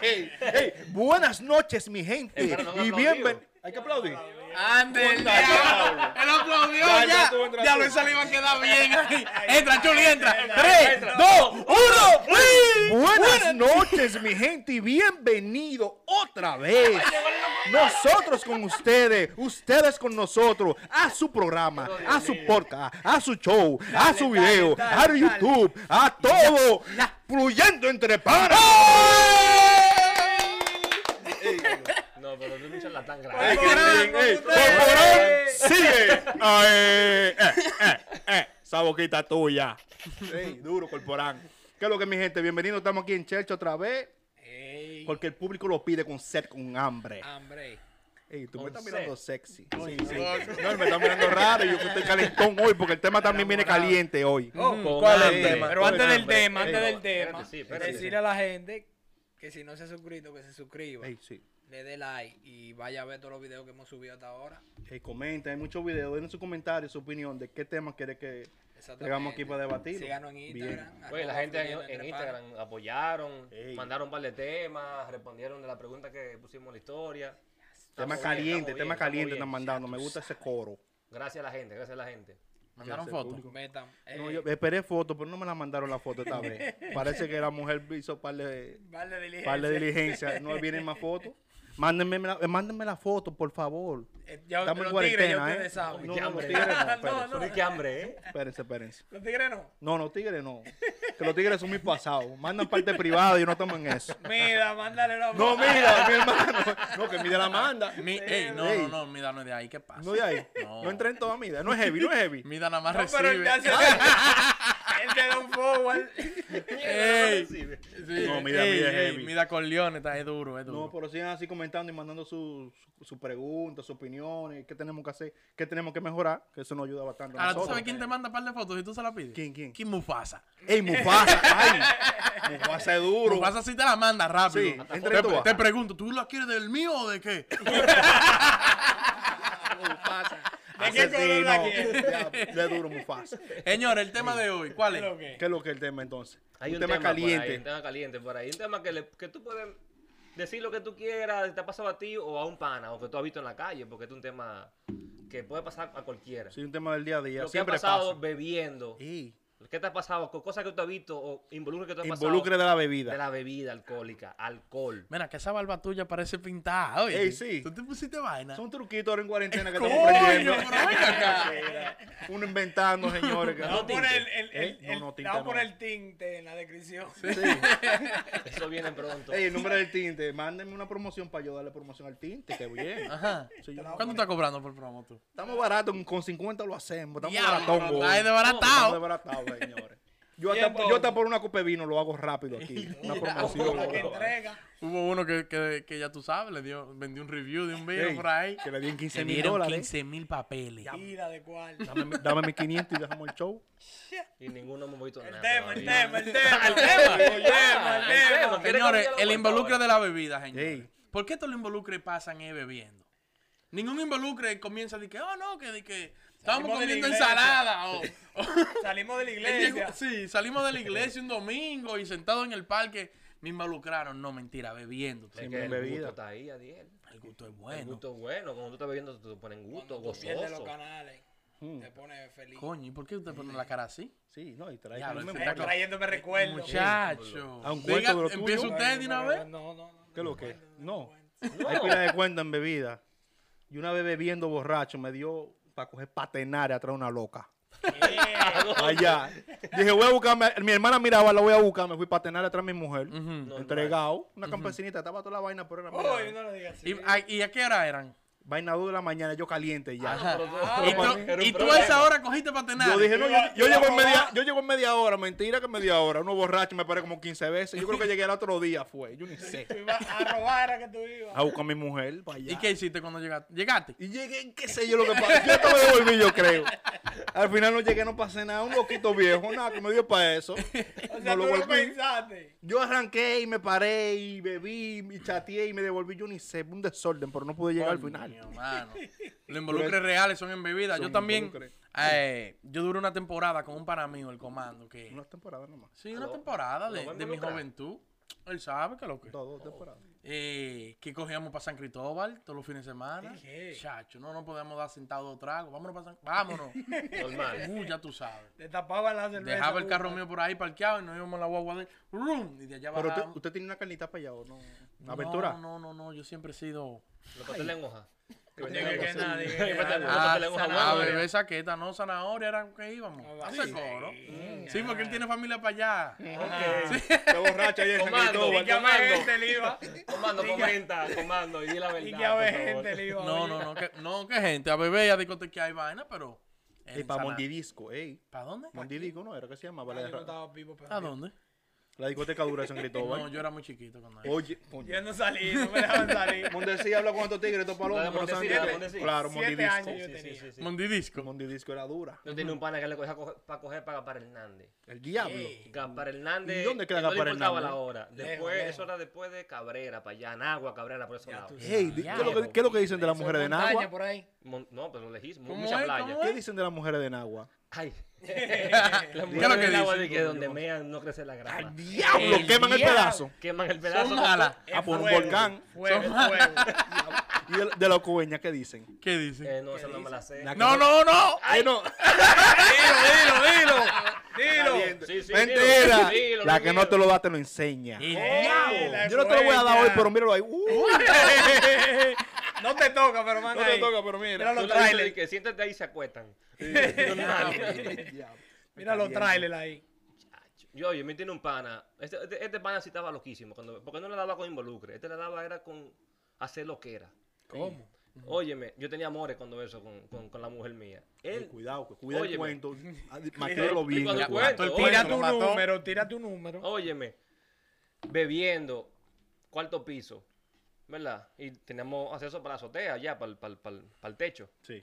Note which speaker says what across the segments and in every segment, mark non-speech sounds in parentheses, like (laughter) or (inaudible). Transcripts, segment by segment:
Speaker 1: Hey, hey, buenas noches, mi gente.
Speaker 2: Eh, pero no han
Speaker 1: y
Speaker 2: aplaudido.
Speaker 1: bienvenidos. Hay que aplaudir.
Speaker 3: Ande,
Speaker 2: Ya,
Speaker 3: ya. Él aplaudió
Speaker 2: Ya,
Speaker 3: ya.
Speaker 2: ya tú entras
Speaker 3: Ya
Speaker 2: tú.
Speaker 3: lo esa le iba a quedar bien ahí. Entra, Chuli, entra.
Speaker 2: Entra,
Speaker 3: Tres,
Speaker 2: entra.
Speaker 3: dos, uno. ¡uy!
Speaker 1: Buenas noches, mi gente, y bienvenido otra vez. Nosotros con ustedes, ustedes con nosotros, a su programa, a su podcast, a su show, a su video, a YouTube, a todo, fluyendo entre panas.
Speaker 2: No, pero tú no charlas tan
Speaker 1: Ey, (laughs)
Speaker 2: grave.
Speaker 1: que bien, ey, Cocorón, (laughs) sigue. Ah, eh, eh, eh, eh, esa boquita tuya. Ey, duro, corporán. ¿Qué es lo que mi gente? Bienvenidos, estamos aquí en Church otra vez.
Speaker 3: Ey, Ah,
Speaker 1: Porque el público lo pide con sed, con hambre.
Speaker 3: Hambre.
Speaker 1: Ey, tú me
Speaker 2: Con
Speaker 1: estás
Speaker 2: sed.
Speaker 1: mirando sexy. Sí, sí. No, me estás mirando raro. Yo que estoy calentón hoy porque el tema también viene caliente hoy.
Speaker 2: Con
Speaker 1: ¿Cuál es el
Speaker 2: hambre.
Speaker 1: tema?
Speaker 3: Pero
Speaker 2: Con
Speaker 3: antes del
Speaker 2: hambre.
Speaker 3: tema, antes
Speaker 2: Ey,
Speaker 3: del
Speaker 2: espérate,
Speaker 3: tema,
Speaker 2: sí, espérate.
Speaker 3: decirle a la gente que si no se ha suscrito, que se suscriba,
Speaker 1: Ey, sí.
Speaker 3: le dé like y vaya a ver todos los videos que hemos subido hasta ahora.
Speaker 1: Ey, comenta, hay muchos videos. Den su comentario, su opinión de qué tema quiere que traigamos aquí para debatir.
Speaker 3: Síganos en Instagram. arroba
Speaker 2: Oye, la gente en,
Speaker 3: fluyendo
Speaker 2: en
Speaker 3: entre panas.
Speaker 2: Instagram apoyaron,
Speaker 1: Ey.
Speaker 2: mandaron un par de temas, respondieron de la pregunta que pusimos en la historia.
Speaker 1: Tema
Speaker 2: Estamos bien,
Speaker 1: caliente,
Speaker 2: estamos bien,
Speaker 1: tema
Speaker 2: estamos
Speaker 1: caliente
Speaker 2: bien.
Speaker 1: están mandando. Me gusta ese coro.
Speaker 2: Gracias a la gente, gracias a la gente.
Speaker 4: Mandaron
Speaker 1: Ya,
Speaker 4: fotos.
Speaker 3: Metan.
Speaker 1: No,
Speaker 3: eh,
Speaker 1: yo esperé fotos, pero no me la mandaron la foto esta (laughs) vez. Parece que la mujer hizo par de,
Speaker 3: vale diligencia.
Speaker 1: par de diligencia. No vienen más fotos. Mándenme la, eh, mándenme la foto, por favor.
Speaker 3: Eh, ya
Speaker 1: Estamos en
Speaker 3: los tigres, ya
Speaker 1: cuarentena,
Speaker 3: ustedes
Speaker 1: ¿eh?
Speaker 3: saben.
Speaker 1: No,
Speaker 2: Qué
Speaker 1: no, los
Speaker 2: hambre.
Speaker 1: tigres
Speaker 3: (laughs)
Speaker 1: no.
Speaker 3: No,
Speaker 1: Espérense,
Speaker 3: no.
Speaker 2: Pero qué hambre, ¿eh?
Speaker 1: espérense, espérense.
Speaker 3: Los tigres no.
Speaker 1: No, no, tigres no. Que los tigres son muy pasados. Mandan parte privada y no toman eso.
Speaker 3: Mira, mándale una
Speaker 1: (laughs) No, mira, mi hermano. No, que mira la manda.
Speaker 4: Mi, ey, no,
Speaker 1: Ey.
Speaker 4: no, no, mida no es de ahí, ¿qué pasa?
Speaker 1: No de ahí.
Speaker 4: No.
Speaker 1: No entra en toda mida. No es heavy, no es heavy.
Speaker 4: Mida nada más
Speaker 3: No, pero él
Speaker 4: recibe.
Speaker 3: te
Speaker 1: (laughs)
Speaker 3: hace- (laughs) él te da un forward.
Speaker 4: Ey.
Speaker 2: Sí.
Speaker 4: Sí,
Speaker 1: No, mida,
Speaker 4: ey,
Speaker 1: mida es
Speaker 4: ey,
Speaker 1: heavy.
Speaker 4: Mida con leones, está, es duro, es
Speaker 1: No,
Speaker 4: duro.
Speaker 1: pero sigan así comentando y mandando sus su, sus preguntas, sus opiniones, qué tenemos que hacer, qué tenemos que mejorar, que eso nos ayuda bastante. a
Speaker 4: Ahora, ¿tú
Speaker 1: nosotros. eh.
Speaker 4: sabes quién te manda un par de fotos y tú se la pides?
Speaker 1: ¿Quién, quién?
Speaker 4: ¿Quién Mufasa?
Speaker 1: ¡Ey,
Speaker 4: (laughs)
Speaker 1: Mufasa! ¡Ay! Mufasa es duro.
Speaker 4: Mufasa sí te la manda rápido.
Speaker 1: Sí,
Speaker 4: te,
Speaker 1: entra en tu baja.
Speaker 4: te pregunto, ¿tú la quieres del mío o de
Speaker 1: (laughs)
Speaker 3: ¿De
Speaker 4: qué?
Speaker 3: qué color la quieres?
Speaker 1: Asesino. Ya, ya es duro Mufasa. ¿Qué
Speaker 4: Señor, el tema de hoy, ¿cuál
Speaker 3: Lo que-
Speaker 4: es?
Speaker 1: es lo que es el tema entonces?
Speaker 2: Hay un, tema, Por ahí, un tema caliente por ahí. Un tema que, le- que tú puedes decir lo que tú quieras, te ha pasado a ti o a un pana, o que tú has visto en la calle, porque es un tema que puede pasar a cualquiera.
Speaker 1: Sí, un tema del día a día.
Speaker 2: lo que ha
Speaker 1: Siempre
Speaker 2: pasado
Speaker 1: pasa.
Speaker 2: bebiendo,
Speaker 1: Y
Speaker 2: ¿Qué te ha pasado? Co- Cosas que tú has visto o involucre que tú has
Speaker 1: involucre
Speaker 2: pasado
Speaker 1: de la bebida.
Speaker 2: de la bebida alcohólica, alcohol.
Speaker 4: Mira, que esa barba tuya parece pintada, oye.
Speaker 1: Ey, sí.
Speaker 4: ¿Tú te pusiste vaina?
Speaker 1: Son truquitos ahora en cuarentena
Speaker 4: (laughs)
Speaker 1: que
Speaker 4: Coño,
Speaker 1: estamos aprendiendo.
Speaker 4: pero ven acá.
Speaker 1: (laughs) Uno inventando, señores. que-
Speaker 3: Vamos a poner el, el,
Speaker 1: ¿Eh?
Speaker 3: el,
Speaker 1: No,
Speaker 3: el-
Speaker 1: no,
Speaker 3: le
Speaker 1: tinta
Speaker 3: vamos a
Speaker 1: no.
Speaker 3: poner el tinte en la descripción. (laughs)
Speaker 1: Sí.
Speaker 2: Eso viene pronto.
Speaker 1: Ey, el nombre del tinte, mándenme una promoción para yo darle promoción al tinte, que bien.
Speaker 4: Ajá.
Speaker 1: (laughs) Sí, yo-
Speaker 4: ¿Cuánto estás cobrando por promo tú?
Speaker 1: Estamos baratos, con- con 50 lo hacemos, estamos
Speaker 4: Diablo,
Speaker 1: baratongo. hoy.
Speaker 4: Está
Speaker 1: Estamos
Speaker 4: desbaratado.
Speaker 1: desbaratados,
Speaker 4: (laughs)
Speaker 1: señores. Yo
Speaker 3: Y
Speaker 1: hasta,
Speaker 3: entonces-
Speaker 1: yo hasta por una copa de vino lo hago rápido aquí. Una promoción.
Speaker 3: La que entrega.
Speaker 4: Hubo uno que, que, que ya tú sabes, le dio, vendió un review de un video
Speaker 1: Ey,
Speaker 4: por ahí.
Speaker 1: que le di en 15
Speaker 4: Se
Speaker 1: mil
Speaker 4: dieron
Speaker 1: dólares.
Speaker 4: 15 mil papeles.
Speaker 3: Tira de cuál.
Speaker 1: Dame, dame mis 500 y dejamos el show.
Speaker 2: Y ninguno hemos visto
Speaker 3: El
Speaker 2: nada.
Speaker 3: tema, el
Speaker 2: todavía.
Speaker 3: tema, el tema. El
Speaker 2: tema,
Speaker 3: tema, el tema,
Speaker 2: el tema.
Speaker 3: el tema.
Speaker 2: ¿Quieres
Speaker 4: Señores,
Speaker 2: cambiarlo,
Speaker 4: el
Speaker 2: por
Speaker 4: involucre
Speaker 2: favor?
Speaker 4: de la bebida, señores.
Speaker 1: Ey.
Speaker 4: ¿Por qué todos los involucres pasan eh, bebiendo? Ningún involucre comienza de que, oh no, que de que estábamos
Speaker 3: Salimos de la
Speaker 4: comiendo
Speaker 3: iglesia. (laughs)
Speaker 4: ensalada o, o-
Speaker 3: Salimos de la
Speaker 4: él llegó-
Speaker 3: iglesia.
Speaker 4: (laughs) sí, salimos de la iglesia un domingo y sentado en el parque me involucraron, no mentira, bebiendo.
Speaker 2: Es
Speaker 1: Sin
Speaker 2: que el
Speaker 1: bebida.
Speaker 2: gusto está ahí, Adiel.
Speaker 4: El gusto es
Speaker 2: El
Speaker 4: bueno.
Speaker 2: gusto es bueno. Cuando tú estás bebiendo, te, te ponen gusto,
Speaker 3: Cuando tú pierdes los
Speaker 2: gozoso.
Speaker 3: canales.
Speaker 1: Hmm.
Speaker 3: Te pones feliz.
Speaker 4: Coño, ¿y por qué usted pone la cara así?
Speaker 1: Sí, no, y trae también
Speaker 4: Ya, lo
Speaker 3: Eh,
Speaker 1: memoria.
Speaker 4: espectáculo.
Speaker 3: Trayéndome recuerdos.
Speaker 4: Muchacho.
Speaker 1: A un cuento de lo tuyo.
Speaker 4: empieza usted de una vez.
Speaker 3: No, no, no.
Speaker 1: ¿Qué es lo que? es? No. Hay
Speaker 2: No.
Speaker 1: pila de cuenta en bebida. Y una vez bebiendo borracho me dio para coger patenar atrás de una
Speaker 4: (laughs)
Speaker 1: loca. Allá. Dije, voy a buscarme. Mi hermana miraba, la voy a buscar. Me fui patenar atrás de mi mujer.
Speaker 2: Normal.
Speaker 1: Entregado. Una campesinita. Estaba toda la vaina, pero era
Speaker 3: Uy,
Speaker 1: mira,
Speaker 3: no lo digas así.
Speaker 4: ¿Y a, y a qué hora eran?
Speaker 1: vaina 2 de la mañana, yo caliente ya.
Speaker 4: Ajá.
Speaker 2: pero tú-
Speaker 3: Ah,
Speaker 4: y
Speaker 2: pero
Speaker 4: tú,
Speaker 2: para mí era un
Speaker 4: y tú a
Speaker 2: problema.
Speaker 4: esa hora cogiste para tener.
Speaker 1: Yo dije, no, yo,
Speaker 3: Iba-
Speaker 1: yo
Speaker 3: iba
Speaker 1: llego en
Speaker 3: a robar.
Speaker 1: media, yo llego en media hora, mentira que media hora, uno borracho me paré como 15 veces. Yo creo que llegué al otro día, fue, yo ni sé.
Speaker 3: Tú ibas a robar a que tú
Speaker 1: (laughs)
Speaker 3: ibas.
Speaker 1: A buscar a mi mujer para allá.
Speaker 4: ¿Y qué hiciste cuando llegaste? ¿Llegaste?
Speaker 1: Y llegué, qué sé yo lo que pasó. Yo hasta me devolví, yo creo. Al final no llegué, no pasé nada. Un loquito viejo, nada, que me dio para eso.
Speaker 3: (laughs) O
Speaker 1: no lo
Speaker 3: tú lo
Speaker 1: volví.
Speaker 3: pensaste.
Speaker 1: Yo arranqué y me paré y bebí y chateé y me devolví. Yo ni sé, un desorden, pero no pude llegar al final.
Speaker 4: Coño, (laughs) mano. Los involucres reales son en bebidas. Yo
Speaker 1: Son
Speaker 4: también.
Speaker 1: involucres.
Speaker 4: eh, yo duré una temporada con un para mío, el comando. que
Speaker 1: Una temporada nomás.
Speaker 4: Sí, una
Speaker 2: Lo-
Speaker 4: temporada
Speaker 2: lo
Speaker 4: de,
Speaker 2: va a
Speaker 4: de mi
Speaker 2: involucrar.
Speaker 4: juventud. Él sabe que lo que.
Speaker 1: Dos, dos temporadas.
Speaker 4: Eh, que cogíamos para San Cristóbal todos los fines de semana.
Speaker 3: ¿Qué?
Speaker 4: Chacho, no nos podíamos dar sentados dos tragos. Vámonos para San Vámonos.
Speaker 1: (laughs)
Speaker 2: Normal.
Speaker 4: Uh, ya tú sabes.
Speaker 3: Le tapaban la cerveza.
Speaker 4: Dejaba el carro
Speaker 3: uh,
Speaker 4: mío por ahí parqueado y nos íbamos en la guagua de ¡Rum! Y de allá
Speaker 1: Pero usted,
Speaker 4: bajábamos.
Speaker 1: usted tiene una carnita para allá o no?
Speaker 4: Ah, No,
Speaker 1: ¿Aventura?
Speaker 4: No, no, no, yo siempre he sido.
Speaker 2: Los pasteles en hoja.
Speaker 3: No llegué que (laughs) nadie.
Speaker 2: Sí, espérate,
Speaker 3: que
Speaker 2: Ah,
Speaker 4: Ah,
Speaker 2: le gusta
Speaker 4: a
Speaker 2: zanahoria.
Speaker 4: beber saqueta, no zanahoria, eran que íbamos.
Speaker 3: Ah,
Speaker 4: Hace
Speaker 3: sí.
Speaker 4: coro.
Speaker 3: Mm.
Speaker 4: Sí, porque él tiene familia para allá.
Speaker 1: Está borracho ahí en San
Speaker 2: Comando.
Speaker 1: Cristóbal.
Speaker 3: Y que había
Speaker 2: Comando.
Speaker 3: gente, le iba.
Speaker 2: Comando,
Speaker 3: Y que-
Speaker 2: comenta, comando, y di la verdad.
Speaker 3: Y
Speaker 2: por
Speaker 3: que había
Speaker 2: favor.
Speaker 3: gente, le iba.
Speaker 4: No,
Speaker 3: oye.
Speaker 4: no, no, que, no, que gente, a beber y a discotequear y vaina, pero.
Speaker 1: Y para Mondidisco, ey.
Speaker 4: ¿Para dónde?
Speaker 1: Mondidisco no era que se llamaba.
Speaker 3: Ah,
Speaker 1: La,
Speaker 3: Yo no estaba vivo, pero.
Speaker 4: ¿A dónde?
Speaker 1: la discoteca dura de San
Speaker 4: (laughs) No,
Speaker 1: Cristóbal.
Speaker 4: yo era muy chiquito cuando era.
Speaker 1: Oye, coño.
Speaker 3: Yo no salí, no me dejaban
Speaker 1: (laughs)
Speaker 3: salir.
Speaker 1: Mondesi habla con estos tigres, estos palomos,
Speaker 2: La de
Speaker 1: pero San
Speaker 2: Mondesi, la de
Speaker 1: Cristóbal-
Speaker 2: Mondesi.
Speaker 1: Claro,
Speaker 3: Siete
Speaker 1: Mondidisco.
Speaker 3: años. yo
Speaker 2: Sí, sí,
Speaker 3: tenía.
Speaker 2: sí, sí.
Speaker 4: Mondidisco.
Speaker 1: Mondidisco era dura.
Speaker 2: Yo tenía un pana que le cogía para coger para Gapar Hernández.
Speaker 1: El diablo.
Speaker 3: Ey.
Speaker 2: Gapar Hernández.
Speaker 1: ¿Y dónde queda
Speaker 2: no le
Speaker 1: Gaspar
Speaker 2: importaba
Speaker 1: Hernández?
Speaker 2: la hora.
Speaker 3: Lejos,
Speaker 2: Después,
Speaker 3: lejos.
Speaker 2: eso era después de Cabrera, para allá, Nagua, Cabrera, por esos
Speaker 3: Ya
Speaker 2: lados.
Speaker 3: tú
Speaker 1: Ey, di- ¿qué, es lo que,
Speaker 2: Diablo.
Speaker 1: qué es lo que dicen de las mujeres de
Speaker 3: Montaña,
Speaker 1: Nagua?
Speaker 3: por ahí.
Speaker 2: Mon- No, pues, pero lejísimo,
Speaker 4: ¿Cómo
Speaker 2: mucha
Speaker 4: es?
Speaker 2: playa.
Speaker 4: ¿Cómo es?
Speaker 1: ¿Qué dicen de las mujeres de Nagua?
Speaker 2: Ay.
Speaker 4: ¿Qué
Speaker 2: La
Speaker 4: es
Speaker 2: mujer
Speaker 4: lo que
Speaker 2: del agua de
Speaker 4: dicen?
Speaker 2: que donde mean no crece la grama.
Speaker 1: ¡Diablo! Queman el pedazo.
Speaker 2: Queman el pedazo. Eh,
Speaker 4: Son malas.
Speaker 1: Ah,
Speaker 3: Es
Speaker 1: por un
Speaker 3: fuego,
Speaker 1: volcán.
Speaker 3: Fuego,
Speaker 4: Son-
Speaker 3: fuego.
Speaker 1: ¿Y de, de la cubeña qué dicen?
Speaker 4: ¿Qué dice?
Speaker 2: Eh, no, esa no me la sé.
Speaker 1: La-
Speaker 4: No, no, no.
Speaker 1: ¡Ay, no!
Speaker 3: (laughs) Dilo.
Speaker 2: Sí, sí,
Speaker 1: ¡Mentira!
Speaker 2: dilo, dilo,
Speaker 1: La que no
Speaker 2: dilo.
Speaker 1: te lo da te lo enseña.
Speaker 3: Ey, la
Speaker 1: Yo no te lo voy a dar
Speaker 3: cueña.
Speaker 1: hoy, pero míralo ahí. (laughs) ¡Uy!
Speaker 3: No te toca, pero manda ahí.
Speaker 1: pero
Speaker 3: Mira
Speaker 2: Tú
Speaker 3: los
Speaker 2: le dices
Speaker 3: trailers.
Speaker 2: de que siéntate ahí y se acuestan.
Speaker 3: Mira los trailers ahí.
Speaker 2: Yo, yo me tiene un pana. Este, este, este pana sí estaba loquísimo. Cuando, porque no le daba con involucre. Este le daba era con hacer lo que era.
Speaker 3: ¿Cómo?
Speaker 2: Óyeme, yo tenía amores cuando eso con, con, con la mujer mía. Él,
Speaker 1: Cuidado, que cuida el
Speaker 2: Óyeme.
Speaker 1: cuento. Maquíalo
Speaker 2: Cuida-
Speaker 1: bien.
Speaker 2: cuida
Speaker 1: el
Speaker 2: el
Speaker 1: cuento.
Speaker 2: cuento.
Speaker 1: Tira
Speaker 3: Tira
Speaker 1: tu
Speaker 3: tu
Speaker 1: mató.
Speaker 3: número, tira tu número.
Speaker 2: óyeme, bebiendo, cuarto piso, ¿verdad? Y teníamos acceso para la azotea ya, para el, para el- para el- para el techo.
Speaker 1: Sí.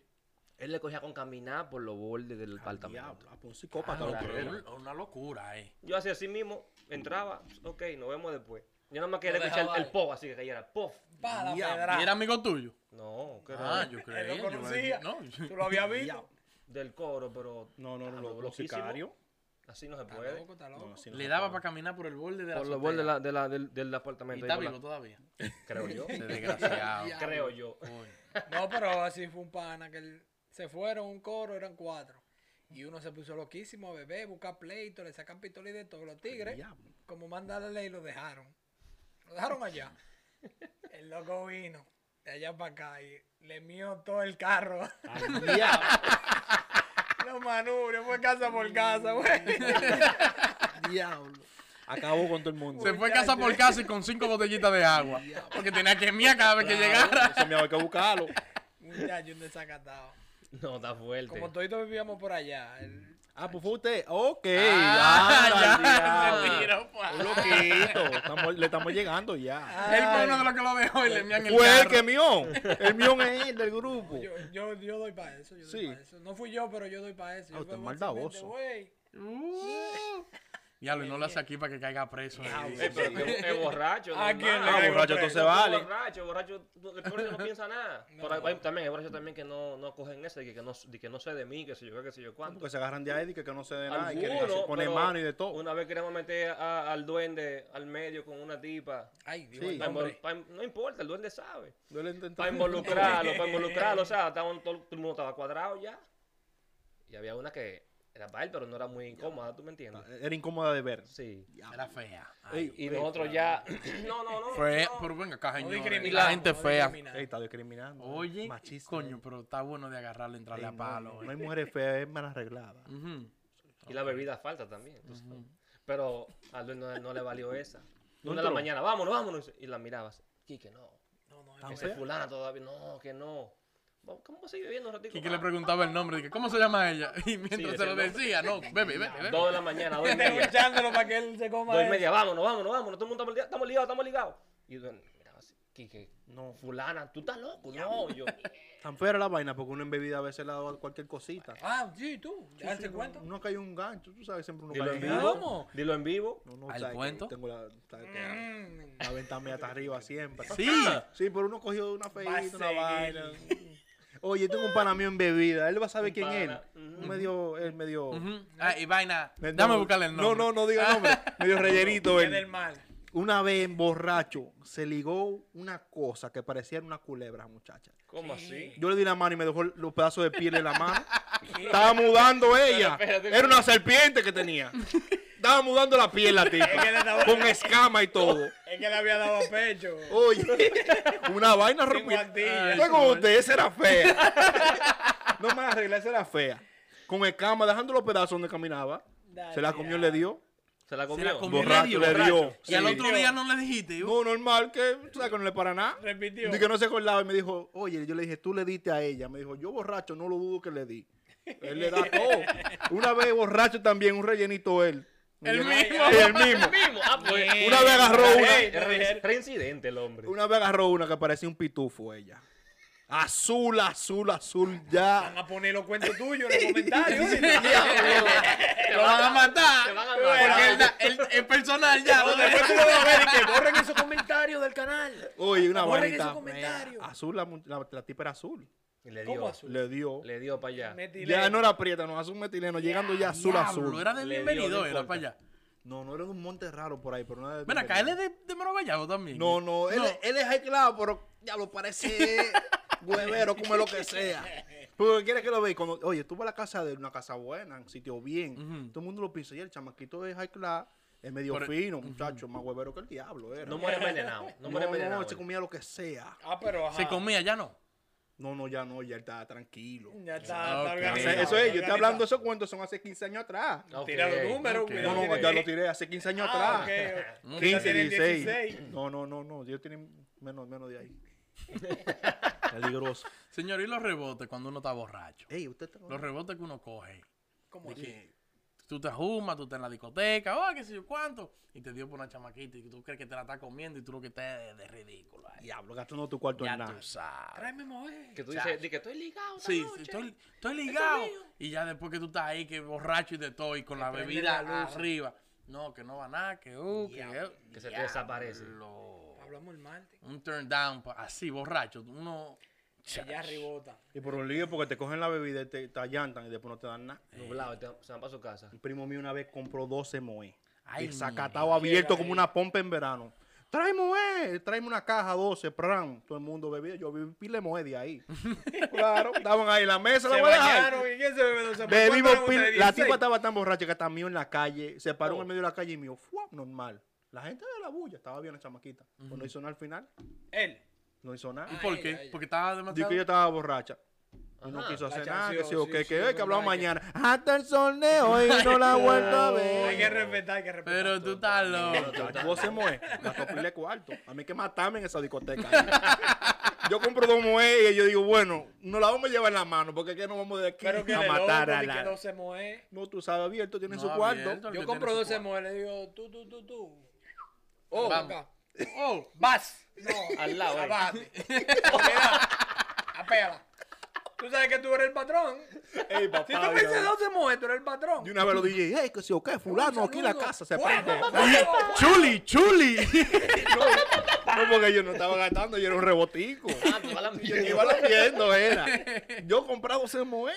Speaker 2: Él le cogía con caminar por los bordes del apartamento.
Speaker 1: Diablo, ah, pues un psicópata.
Speaker 2: Ah,
Speaker 1: lo
Speaker 2: la
Speaker 1: creo.
Speaker 2: verdad.
Speaker 4: Una una locura, eh.
Speaker 2: Yo hacía así mismo, entraba, ok, nos vemos después. Yo nada más quería
Speaker 4: Lo
Speaker 2: escuchar
Speaker 4: dejaba
Speaker 2: el,
Speaker 4: ahí.
Speaker 2: pop, así que cayera, pof.
Speaker 3: Pa, la
Speaker 1: Diablo.
Speaker 3: pedra.
Speaker 4: ¿Y era amigo tuyo?
Speaker 2: No, que era
Speaker 4: Ah, yo
Speaker 3: Él
Speaker 4: creía.
Speaker 3: lo
Speaker 4: yo me-
Speaker 3: conocía.
Speaker 4: No,
Speaker 3: Tú lo habías visto.
Speaker 2: del coro, pero.
Speaker 1: No, no, no,
Speaker 2: ah,
Speaker 1: lo- lo
Speaker 2: loquísimo.
Speaker 1: sicario.
Speaker 2: Así no se
Speaker 3: Está
Speaker 2: puede.
Speaker 3: loco, está loco.
Speaker 1: No, así no
Speaker 4: le
Speaker 1: se
Speaker 4: daba
Speaker 1: puede.
Speaker 4: para caminar por el borde de la
Speaker 2: Por los
Speaker 4: azotea.
Speaker 2: bordes de la- de la- del, del
Speaker 4: Y
Speaker 2: apartamento.
Speaker 4: está
Speaker 2: ahí,
Speaker 4: vivo
Speaker 2: por la-
Speaker 4: todavía.
Speaker 2: Creo yo. (laughs)
Speaker 4: Ese desgraciado.
Speaker 2: creo yo. (laughs)
Speaker 4: Coño.
Speaker 3: No, pero así fue un pana que él- se fueron un coro, eran cuatro. Y uno se puso loquísimo a beber, buscar pleito, le sacan pistola y de todos los tigres.
Speaker 1: Diablo.
Speaker 3: Como manda la ley, lo dejaron. Lo dejaron
Speaker 1: (laughs)
Speaker 3: allá. El loco vino de allá para acá y le mió todo el carro. (laughs)
Speaker 1: Diablo,
Speaker 3: Los manubrios, fue casa por casa, güey.
Speaker 1: (laughs) diablo. Acabó con todo el mundo.
Speaker 4: Se fue casa por casa y con cinco botellitas de agua. Porque tenía que miar cada vez que llegara.
Speaker 1: Eso me había que buscarlo.
Speaker 3: Muchacho, un desacatado.
Speaker 2: No, está fuerte.
Speaker 3: Como todos vivíamos por allá. el-
Speaker 1: Ah, pues fue usted. Ok.
Speaker 4: Ah,
Speaker 1: anda,
Speaker 4: ya,
Speaker 1: el
Speaker 4: se
Speaker 1: diablo.
Speaker 4: tiró, pa.
Speaker 1: Un loquito. Estamos- le estamos llegando ya.
Speaker 4: Él fue uno de los que lo dejó y le mían el
Speaker 1: Fue el
Speaker 4: carro.
Speaker 1: que mió. El mió es él (laughs) del grupo.
Speaker 3: Yo, yo, yo doy para eso, yo doy
Speaker 1: Sí.
Speaker 3: para eso. No fui yo, pero yo doy para eso.
Speaker 1: Ah,
Speaker 3: Yo
Speaker 1: usted es
Speaker 3: fue fácilmente,
Speaker 1: maldadoso.
Speaker 3: güey.
Speaker 4: Uh. Diablo, y no lo hace aquí para que caiga preso.
Speaker 2: Eh, pero que es borracho.
Speaker 3: (laughs) ¿A
Speaker 2: no es
Speaker 3: quién
Speaker 2: nada.
Speaker 3: le
Speaker 1: Ah,
Speaker 3: caigo
Speaker 1: borracho,
Speaker 3: preso?
Speaker 1: entonces vale.
Speaker 2: Borracho, borracho, tú- el pobre no piensa
Speaker 1: (laughs)
Speaker 2: nada.
Speaker 3: No.
Speaker 2: Pero hay, también, hay borrachos también que no, no cogen eso, de que, que no, de que no sé de mí, que sé yo, qué, que sé yo cuánto.
Speaker 1: Porque se agarran de ahí y que no se dé nada. Y quieren
Speaker 2: Algunos,
Speaker 1: así poner
Speaker 2: pero
Speaker 1: mano y de todo.
Speaker 2: Una vez queremos meter a- al duende al medio con una tipa.
Speaker 3: Ay, Dios,
Speaker 1: Sí.
Speaker 3: el
Speaker 2: Pa' invol-
Speaker 3: nombre.
Speaker 2: pa' in- no importa, el
Speaker 1: (laughs)
Speaker 2: duende sabe.
Speaker 1: Yo le intenté-
Speaker 2: Para involucrarlo, para involucrarlo. O sea, estaban todo, todo el mundo estaba cuadrado ya. Y había una que era para él, pero no era muy incómoda, ¿tú me entiendes?
Speaker 1: (laughs) Era incómoda de ver.
Speaker 2: Sí.
Speaker 4: Era fea. Ay.
Speaker 1: Ey,
Speaker 2: Y nosotros ya.
Speaker 1: (coughs)
Speaker 2: (coughs) No, no, no.
Speaker 4: Fue,
Speaker 2: no.
Speaker 4: pero venga acá,
Speaker 3: No
Speaker 4: señores.
Speaker 3: discriminamos,
Speaker 4: Y la gente
Speaker 3: no
Speaker 4: fea.
Speaker 3: discriminamos.
Speaker 1: ey, está discriminando.
Speaker 4: Oye,
Speaker 1: machista. eh.
Speaker 4: coño, pero está bueno de agarrarle,
Speaker 1: Ey,
Speaker 4: entrarle a
Speaker 1: no,
Speaker 4: palo.
Speaker 1: no,
Speaker 4: eh.
Speaker 1: no hay mujeres feas, es mal arreglada.
Speaker 4: Ujú.
Speaker 2: Y la bebida falta también. tú sabes. Pero a Luis no, no le valió esa.
Speaker 1: No
Speaker 2: Una de la
Speaker 1: entró.
Speaker 2: mañana, vámonos, vámonos. Y la mirabas. Quique, no.
Speaker 3: No, no,
Speaker 1: Tan
Speaker 2: Ese
Speaker 1: fea.
Speaker 2: fulana todavía. No, que no. Vamos, ¿Cómo vas a seguir bebiendo un Ah, ratito?
Speaker 4: Quique le
Speaker 2: más?
Speaker 4: preguntaba el nombre, dije, ¿cómo se llama ella? (laughs) Y mientras
Speaker 2: Sí,
Speaker 4: se lo
Speaker 2: ese
Speaker 4: decía, no, bebe, bebe, bebe.
Speaker 2: Dos de la mañana,
Speaker 3: (laughs)
Speaker 2: dos y
Speaker 3: Estoy
Speaker 2: media.
Speaker 3: escuchándolo para que él se coma
Speaker 2: Dos y
Speaker 3: eso.
Speaker 2: media, vámonos, vámonos, vámonos. Todo el mundo estamos ligados, estamos ligados. Y Duende miraba así. Quique, no, fulana, tú estás loco. No, yo.
Speaker 1: Tan fea era la vaina porque uno en bebida a veces le da cualquier cosita.
Speaker 3: Ah, sí, tú.
Speaker 1: Sí,
Speaker 3: ¿Te
Speaker 1: sí,
Speaker 3: das
Speaker 1: uno-
Speaker 3: cuenta?
Speaker 1: Uno cae un gancho, tú sabes, siempre uno
Speaker 2: Dilo
Speaker 1: cae
Speaker 2: en
Speaker 1: un
Speaker 2: vivo.
Speaker 1: gancho.
Speaker 3: ¿Cómo?
Speaker 2: Dilo en vivo.
Speaker 1: No, no,
Speaker 4: ¿Al
Speaker 1: sabes que
Speaker 4: cuento?
Speaker 1: Tengo la, sabes que
Speaker 3: Mm.
Speaker 1: la venta mía está arriba siempre.
Speaker 4: Sí.
Speaker 1: Sí, pero uno cogió una feita, una
Speaker 4: seguir.
Speaker 1: vaina. Oye, tengo un pana mío en bebida. Él va a saber
Speaker 2: Un
Speaker 1: quién es.
Speaker 2: pana.
Speaker 1: Un medio, él medio.
Speaker 4: Ujú. Ah, y vaina.
Speaker 1: me-
Speaker 4: Dame
Speaker 1: no,
Speaker 4: a buscarle el nombre. Ah,
Speaker 1: No, no, no diga el
Speaker 4: (laughs)
Speaker 1: nombre. medio rellerito
Speaker 3: Es del
Speaker 1: él.
Speaker 3: mal.
Speaker 1: Una vez en borracho, se ligó una cosa que parecía una culebra, muchacha.
Speaker 2: ¿Cómo así?
Speaker 1: Yo le di la mano y me dejó los pedazos de piel en la mano. Estaba mudando ella.
Speaker 2: espérate,
Speaker 1: Era una serpiente que tenía. Estaba mudando la piel la tipa.
Speaker 3: que le estaba-
Speaker 1: Con escama y todo.
Speaker 3: Es que le había dado a pecho.
Speaker 1: Oye, (laughs) una vaina repita.
Speaker 3: guardilla.
Speaker 1: Fue como usted, esa era fea. No me arregla, esa era fea. Con escama, dejando los pedazos donde caminaba.
Speaker 3: Dale,
Speaker 1: Se la comió y le dio.
Speaker 2: Se la comió.
Speaker 4: Se la comió.
Speaker 1: Borracho, le dio.
Speaker 4: Y al
Speaker 1: Sí.
Speaker 4: otro día no le dijiste. yo.
Speaker 1: No, normal, que, tú sabes, que no le para nada.
Speaker 3: Repitió.
Speaker 1: Y que no se acordaba y me dijo, oye, yo le dije, tú le diste a ella. Me dijo, yo borracho, no lo dudo que le di. Él le da todo. Una vez borracho también, un rellenito él.
Speaker 4: El
Speaker 1: Yo-
Speaker 4: mismo.
Speaker 1: Sí, el mismo.
Speaker 2: El mismo. Ah, pues.
Speaker 1: Una vez agarró una.
Speaker 2: Ey, re- Reincidente el hombre.
Speaker 1: Una vez agarró una que parecía un pitufo ella. Azul, azul, azul, ya.
Speaker 3: Van a poner los cuentos tuyos en los comentarios.
Speaker 1: (laughs)
Speaker 4: (laughs) Lo van a matar.
Speaker 2: Te van a
Speaker 4: Porque él
Speaker 2: matar.
Speaker 4: da- él- el personal ya.
Speaker 3: No, después tú lo vas a ver y que borren esos comentarios del canal.
Speaker 1: Oye, una
Speaker 3: Borren esos
Speaker 1: vainita.
Speaker 3: comentarios.
Speaker 1: Azul, la, mu- la- la tipa era azul.
Speaker 2: Y le
Speaker 3: ¿Cómo
Speaker 2: dio.
Speaker 3: azul?
Speaker 1: Le dio.
Speaker 2: Le dio para allá.
Speaker 1: Ya no era prieta, no, azul metileno. Llegando ya azul, azul.
Speaker 4: Diablo, Era de
Speaker 2: Le dio,
Speaker 4: bienvenido,
Speaker 2: no
Speaker 4: era
Speaker 2: importa.
Speaker 4: para allá.
Speaker 1: No, no era de un monte raro por ahí, pero no era de
Speaker 4: Ven acá, él
Speaker 1: Timbiriche.
Speaker 4: es de, de Moro Guayabo también.
Speaker 1: No, no, él,
Speaker 4: No.
Speaker 1: él es claro, pero ya lo
Speaker 4: (laughs)
Speaker 1: parece huevero, come lo que sea. Porque quiere que lo veas. Cuando, oye, tú vas a la casa de él, una casa buena, un sitio bien.
Speaker 4: Ujú. e-
Speaker 1: Todo el mundo lo piensa. Y el chamaquito es high class, es medio
Speaker 4: Pero-
Speaker 1: fino, muchacho, más huevero que el diablo. Era.
Speaker 2: No muere envenenado. No muere envenenado.
Speaker 1: se comía lo que sea.
Speaker 3: Ah, pero ajá.
Speaker 4: Se comía, ya no.
Speaker 1: No, no, ya no, ya él está tranquilo.
Speaker 3: Ya está,
Speaker 4: Ok.
Speaker 3: está
Speaker 1: O
Speaker 3: organizado.
Speaker 1: sea, eso es, yo estoy
Speaker 3: está
Speaker 1: hablando de esos cuentos, son hace 15 años atrás.
Speaker 2: Ok,
Speaker 3: Tira los números,
Speaker 2: ok.
Speaker 1: No,
Speaker 3: cuidado.
Speaker 1: no,
Speaker 3: tiene-
Speaker 1: ya lo tiré hace 15 años
Speaker 3: Ah,
Speaker 1: atrás.
Speaker 3: ok, ok.
Speaker 1: 15,
Speaker 3: Tiene
Speaker 1: 16.
Speaker 3: 16.
Speaker 1: No, no, no, no. Yo tiene menos, menos de ahí. Peligroso.
Speaker 4: Señor, ¿y los rebotes cuando uno está borracho?
Speaker 1: Ey, usted está-
Speaker 4: Los rebotes que uno coge.
Speaker 3: ¿Cómo
Speaker 4: De
Speaker 3: así?
Speaker 4: que tú te ajumas, tú estás en la discoteca, oh, qué sé yo cuánto. Y te dio por una chamaquita y tú crees que te la estás comiendo y tú lo que estás es de, de ridículo. ahí.
Speaker 1: Diablo, gastando tu cuarto
Speaker 4: Ya
Speaker 1: en nada.
Speaker 4: tú sabes.
Speaker 3: Tráeme eh". mujer.
Speaker 2: ah, Que tú dices, di que estoy ligado. esta
Speaker 4: Sí, sí,
Speaker 2: noche.
Speaker 4: estoy, estoy ligado. Y ya después que tú estás ahí, que borracho y de todo, y con la
Speaker 3: prende
Speaker 4: bebida
Speaker 3: la luz.
Speaker 4: arriba. No, que no va nada, que uh, que,
Speaker 2: Que se te desaparece.
Speaker 4: Diablo.
Speaker 3: Hablamos el martes.
Speaker 4: Un turn down, pa- así, borracho. Uno.
Speaker 3: Allá ribota.
Speaker 1: Y por un lío, porque te cogen la bebida y te, te allantan y después no te dan nada.
Speaker 2: Nublado, y te- se van para su casa.
Speaker 1: Un primo mío una vez compró 12 moe.
Speaker 4: Ay,
Speaker 1: y sacatado
Speaker 3: Llega
Speaker 1: abierto como
Speaker 3: ahí.
Speaker 1: una pompa en verano. Trae moe, tráeme una caja 12, pran. Todo el mundo bebía. Yo vi pile moe de (laughs) ahí. claro, estaban ahí en la mesa, la
Speaker 3: Se
Speaker 1: voy a dejar.
Speaker 3: bañaron y quién se bebe dos
Speaker 1: Bebimos pil- La tipa estaba tan borracha que hasta mío en la calle. Se paró
Speaker 2: Oh.
Speaker 1: en el medio de la calle y mío, fue normal. La gente de la bulla estaba bien la chamaquita. Pues no hizo nada al final.
Speaker 3: Él.
Speaker 1: No hizo nada.
Speaker 4: ¿Y
Speaker 3: Ah,
Speaker 4: por
Speaker 3: ella,
Speaker 4: qué?
Speaker 3: ella.
Speaker 4: Porque estaba demasiado.
Speaker 1: Dijo que ella estaba borracha. Y no
Speaker 2: Ajá.
Speaker 3: La
Speaker 1: quiso hacer nada, que
Speaker 3: chanceó,
Speaker 1: sí o
Speaker 3: sí,
Speaker 1: que,
Speaker 3: sí,
Speaker 1: que,
Speaker 3: es
Speaker 1: "Ey, que hablamos
Speaker 3: verdad que-
Speaker 1: mañana. Hasta el sol de hoy no la vuelvo a
Speaker 3: Hay que
Speaker 1: ver.
Speaker 3: respetar, hay que respetar.
Speaker 4: Pero tú estás loco.
Speaker 1: Vos se mueve, gastó pila de cuarto. A mí hay que matarme en esa discoteca. (laughs) ahí. Yo compro dos muelles y yo digo, bueno, nos la vamos a llevar en la mano porque es que nos vamos de aquí
Speaker 3: Pero que
Speaker 1: a
Speaker 3: de loco,
Speaker 1: matar a
Speaker 3: de que
Speaker 1: la...
Speaker 3: no se mueve.
Speaker 1: No, tú sabes, abierto, tiene
Speaker 4: No,
Speaker 1: su cuarto.
Speaker 4: abierto, el que
Speaker 3: Yo
Speaker 4: tiene
Speaker 3: compro
Speaker 4: su
Speaker 3: 12
Speaker 4: cuarto.
Speaker 3: mujeres, digo, tú, tú, tú, tú. Oh,
Speaker 4: Vamos.
Speaker 3: acá.
Speaker 4: Oh,
Speaker 3: Vas. Ah, No. (laughs)
Speaker 2: Al lado, eh.
Speaker 3: Abate. Mira, apégala. Tú sabes que tú eres el patrón.
Speaker 1: Ey, papá,
Speaker 3: Si tú me dices 12 mujeres, tú eres el patrón.
Speaker 1: De una vez lo dije, hey, que si o qué, fulano aquí en la casa se
Speaker 3: Fuego,
Speaker 1: prende.
Speaker 3: fuego, fuego.
Speaker 1: ¡Chuli,
Speaker 4: (laughs)
Speaker 1: chuli! no, no, porque yo no estaba gastando, yo era un rebotico.
Speaker 2: Ah, tú vas a la
Speaker 1: Yo
Speaker 2: mierda.
Speaker 1: iba viendo, era. Yo comprado se moe.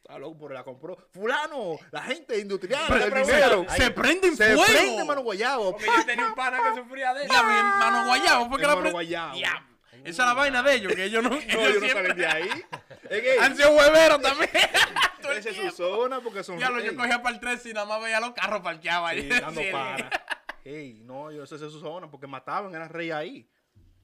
Speaker 1: Está E. loco, pero la compró. Fulano, la gente industrial,
Speaker 4: Pero
Speaker 1: el
Speaker 4: pero
Speaker 1: dinero.
Speaker 4: se- se prende en
Speaker 1: Se
Speaker 4: fuego.
Speaker 1: prende, mano guayabo.
Speaker 3: Porque yo tenía un pana que sufría de eso.
Speaker 4: diablo, y en mano guayabo. Porque la
Speaker 1: Hermano
Speaker 4: pre-
Speaker 1: guayabo.
Speaker 4: Diablo. Esa es la vaina de ellos, que ellos no.
Speaker 1: (laughs) No,
Speaker 4: ellos
Speaker 1: yo no
Speaker 4: siempre
Speaker 1: salí de ahí. Es que
Speaker 4: han sido hueveros también.
Speaker 1: (laughs)
Speaker 4: (laughs) Todo el
Speaker 1: esa es su
Speaker 4: tiempo.
Speaker 1: zona porque son...
Speaker 4: Diablo, yo
Speaker 1: ey,
Speaker 4: cogía para el 13 y nada más veía los carros parqueados ahí.
Speaker 1: sí, dando
Speaker 4: (laughs) Sí,
Speaker 1: para. Ey, no, yo esa es su zona porque mataban, eran rey ahí.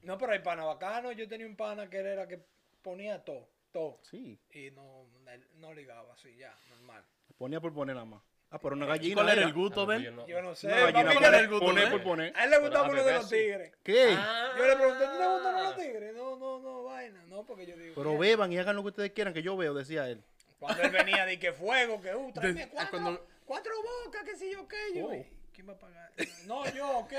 Speaker 3: No, pero hay pana bacano. Yo tenía un pana que él era que ponía todo, todo.
Speaker 1: Sí.
Speaker 3: Y no, él no ligaba así, ya, normal.
Speaker 1: Ponía por poner nada más. Ah, pero una gallina.
Speaker 4: Eh, ¿Cuál era
Speaker 1: era.
Speaker 4: el gusto de
Speaker 2: Yo
Speaker 4: él?
Speaker 2: Ah, no-
Speaker 3: Yo no sé.
Speaker 1: Una gallina.
Speaker 3: papi,
Speaker 4: ¿cuál
Speaker 1: por-
Speaker 4: era el gusto de
Speaker 1: Poner
Speaker 4: él?
Speaker 1: por poner.
Speaker 3: a él le gustaba
Speaker 2: Pero
Speaker 3: uno de los
Speaker 2: así.
Speaker 3: tigres.
Speaker 1: ¿Qué?
Speaker 2: Ah,
Speaker 3: Yo le pregunté, ¿tú te gustan los tigres? No, no, no, vaina. No, porque yo digo.
Speaker 1: Pero beban y hagan lo que ustedes quieran, que yo veo, decía él.
Speaker 3: Cuando él venía, di que fuego, que uh, tráeme
Speaker 4: De-
Speaker 3: cuatro,
Speaker 4: cuando-
Speaker 3: cuatro bocas, que si yo qué. Yo,
Speaker 1: Oh.
Speaker 3: ¿Quién va a pagar? No, yo, ok.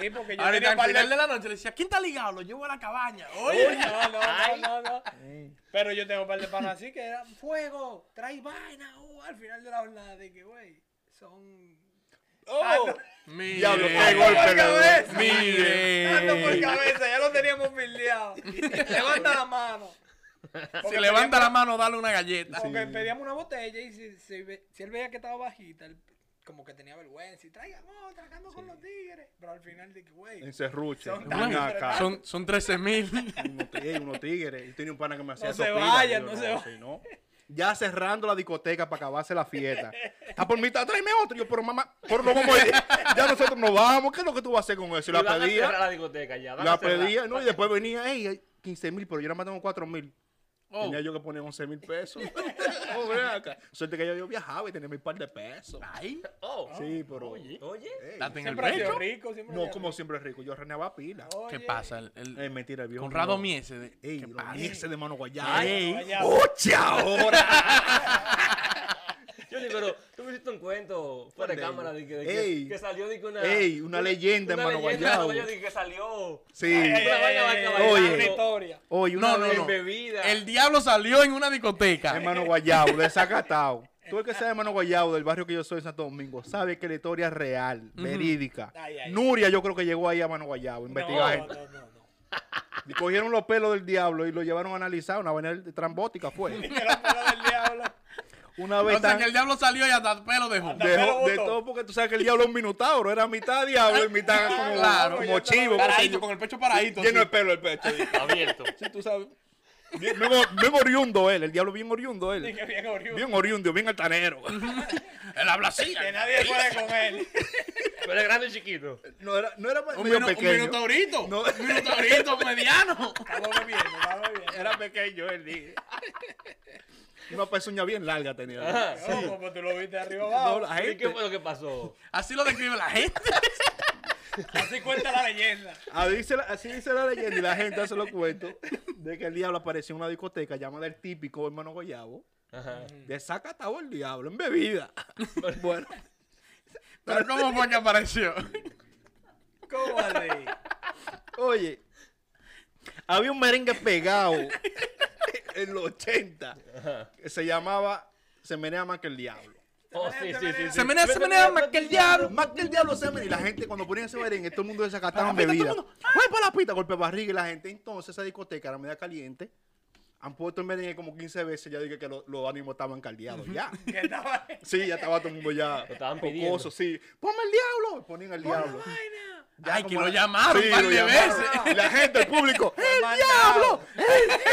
Speaker 3: Sí, porque yo
Speaker 4: Ahorita
Speaker 3: tenía
Speaker 4: al
Speaker 3: par de-
Speaker 4: final de la noche le decía, ¿quién está ligado? Lo llevo a la cabaña.
Speaker 3: (laughs)
Speaker 4: Oye.
Speaker 3: Uy, no, no, no, no, no. Pero yo tengo un par de panas así que eran fuego, trae vaina, uh, al final de la jornada. De que, güey, son. Ah, no.
Speaker 4: Mire.
Speaker 1: Diablo, qué
Speaker 3: Ando por
Speaker 1: golpe.
Speaker 3: cabeza.
Speaker 1: le doy.
Speaker 4: Mire.
Speaker 3: Ando por cabeza, ya lo teníamos
Speaker 4: (laughs)
Speaker 3: pildeado. Levanta la mano.
Speaker 4: Si
Speaker 3: Porque
Speaker 4: levanta la
Speaker 3: pedíamos-
Speaker 4: mano, dale una galleta.
Speaker 3: Porque pedíamos una botella y si, si ve- si él veía que estaba bajita, él como que tenía vergüenza y traigan otra, que ando con los tigres. Pero al final, de que, güey.
Speaker 1: En serruche.
Speaker 3: Son
Speaker 1: Ven
Speaker 3: tan-
Speaker 1: acá.
Speaker 4: Son, son 13
Speaker 3: (laughs)
Speaker 4: mil.
Speaker 1: unos tigres, unos tigres. Yo tenía un pana que me hacía
Speaker 3: No
Speaker 1: eso
Speaker 3: se
Speaker 1: pila,
Speaker 3: vayan,
Speaker 1: yo,
Speaker 3: no se
Speaker 1: sí, no. Ya cerrando la discoteca para acabarse la fiesta. Está por mitad, tráeme otro. Yo, pero mamá, por no vamos a ir. (laughs) Ya nosotros nos vamos. ¿Qué es lo que tú vas a hacer con eso? Y
Speaker 2: Y
Speaker 1: la
Speaker 2: van a cerrar
Speaker 1: pedía,
Speaker 2: la discoteca ya. van a
Speaker 1: la
Speaker 2: cerrar.
Speaker 1: pedía, ¿no? Y después venía, ey, hay 15 mil, pero yo nada más tengo 4 mil.
Speaker 4: Oh.
Speaker 1: Tenía yo que poner 11 mil pesos. (laughs) Oh, ven acá. Suerte que yo, yo viajaba y tenía mi par de pesos.
Speaker 4: Ay,
Speaker 2: Oh,
Speaker 1: Sí, pero.
Speaker 2: oye.
Speaker 1: ey,
Speaker 4: date en el
Speaker 3: Siempre ha sido
Speaker 4: pecho.
Speaker 3: rico, siempre ha
Speaker 1: no,
Speaker 3: sido
Speaker 1: como siempre rico. Yo reneaba pila.
Speaker 3: rico.
Speaker 4: ¿Qué
Speaker 3: Oye,
Speaker 4: pasa? El, el-
Speaker 1: Es mentira, el viejo.
Speaker 4: Conrado
Speaker 1: no.
Speaker 4: Miese. de-
Speaker 1: Ey,
Speaker 4: ¿Qué
Speaker 1: lo
Speaker 4: pasa?
Speaker 1: miese de mano guayaba.
Speaker 4: Ey.
Speaker 3: guayaba.
Speaker 1: ¡Oye, ahora!
Speaker 2: Yo digo, pero tú me hiciste un cuento fuera de
Speaker 1: ¿Dónde?
Speaker 2: cámara de que, de que-
Speaker 1: Ey.
Speaker 2: que salió de que una.
Speaker 1: Ey, una leyenda en
Speaker 2: una
Speaker 1: Mano
Speaker 2: leyenda de
Speaker 1: Guayabo.
Speaker 2: Guayabo, de que salió.
Speaker 1: Sí.
Speaker 2: Ay, ay, vaina vaca
Speaker 1: Oye.
Speaker 3: Oye, eh, historia.
Speaker 1: Oye, una
Speaker 4: No, no,
Speaker 1: vez,
Speaker 4: no.
Speaker 2: Bebida.
Speaker 4: El diablo salió en una discoteca.
Speaker 1: Hermano Guayabo, desacatado. Tú el que sea hermano Guayabo del barrio que yo soy en Santo Domingo, sabe que la historia es real, verídica.
Speaker 3: Ay, ay.
Speaker 1: Nuria yo creo que llegó ahí a mano Guayabo, investigar.
Speaker 3: No, no, no, no.
Speaker 1: Y Cogieron los pelos del diablo y lo llevaron a analizar, una vaina de-
Speaker 3: (laughs)
Speaker 1: trambótica fue.
Speaker 3: Que la pela del
Speaker 4: (laughs)
Speaker 3: diablo.
Speaker 1: Una vez
Speaker 4: Entonces
Speaker 1: tan-
Speaker 4: que el diablo salió y hasta el pelo dejó.
Speaker 3: Anda.
Speaker 1: dejó de
Speaker 3: botó.
Speaker 1: todo porque tú sabes que el diablo es un minotauro, era mitad diablo y mitad como,
Speaker 4: Claro,
Speaker 1: como
Speaker 3: yo te lo-
Speaker 1: chivo. qué sé
Speaker 4: Paradito,
Speaker 1: yo.
Speaker 4: con el pecho paradito.
Speaker 1: Lleno de
Speaker 4: así.
Speaker 1: pelo el pecho.
Speaker 2: Abierto.
Speaker 1: Sí, tú sabes. Bien, bien or- bien oriundo él, el diablo bien oriundo él.
Speaker 3: Dije, bien oriundo.
Speaker 1: Bien oriundo, bien altanero.
Speaker 4: Él habla así.
Speaker 3: Que nadie puede con él.
Speaker 2: Pero es grande y chiquito.
Speaker 1: (laughs) No era, no era
Speaker 4: Un,
Speaker 1: medio
Speaker 4: minu- un
Speaker 1: pequeño.
Speaker 4: minotaurito.
Speaker 1: No.
Speaker 4: Un minotaurito mediano.
Speaker 3: Estaba bebiendo, estaba bebiendo.
Speaker 1: Era pequeño él, dije. (laughs) Una pezuña bien larga tenía.
Speaker 2: Ajá.
Speaker 3: No, como pues, tú lo viste de arriba
Speaker 1: No,
Speaker 3: abajo.
Speaker 1: la
Speaker 2: ¿Y qué
Speaker 1: gente
Speaker 2: fue lo que pasó?
Speaker 4: Así lo describe la gente.
Speaker 3: Así cuenta la leyenda.
Speaker 1: así dice, la, así dice la leyenda y la gente hace los cuentos de que el diablo apareció en una discoteca llamada el típico hermano Goyabo.
Speaker 2: Ajá.
Speaker 1: Desacatado el diablo en bebida. (laughs) bueno,
Speaker 4: Pero ¿cómo fue que apareció?
Speaker 3: ¿Cómo así?
Speaker 1: oye, había un merengue pegado en los 80 que se llamaba Se menea más que el diablo.
Speaker 2: Oh, sí, sí, sí. sí.
Speaker 4: Se menea, se menea más que el diablo.
Speaker 1: Más que el diablo se menea. Y la gente cuando ponían ese merengue, todo el mundo desacataba en bebida.
Speaker 4: ¡ah!
Speaker 1: ¡Ay, para la pita! Golpe barriga. Y la gente entonces, esa discoteca era media caliente. Han puesto el merengue como 15 veces. Ya dije que lo- los ánimos estaban caldeados. Ya.
Speaker 3: Que estaba.
Speaker 1: Sí, ya estaba todo el mundo ya
Speaker 2: Lo estaban pidiendo.
Speaker 1: jocoso, sí. ¡Ponme el diablo! Y Ponían el diablo.
Speaker 3: Vaina.
Speaker 1: Ya
Speaker 4: Ay,
Speaker 1: como
Speaker 4: que lo
Speaker 1: la-
Speaker 4: llamaron un par
Speaker 1: lo
Speaker 4: de
Speaker 1: llamaron.
Speaker 4: veces.
Speaker 1: Y La gente, el público, ¡el diablo!
Speaker 3: mandado.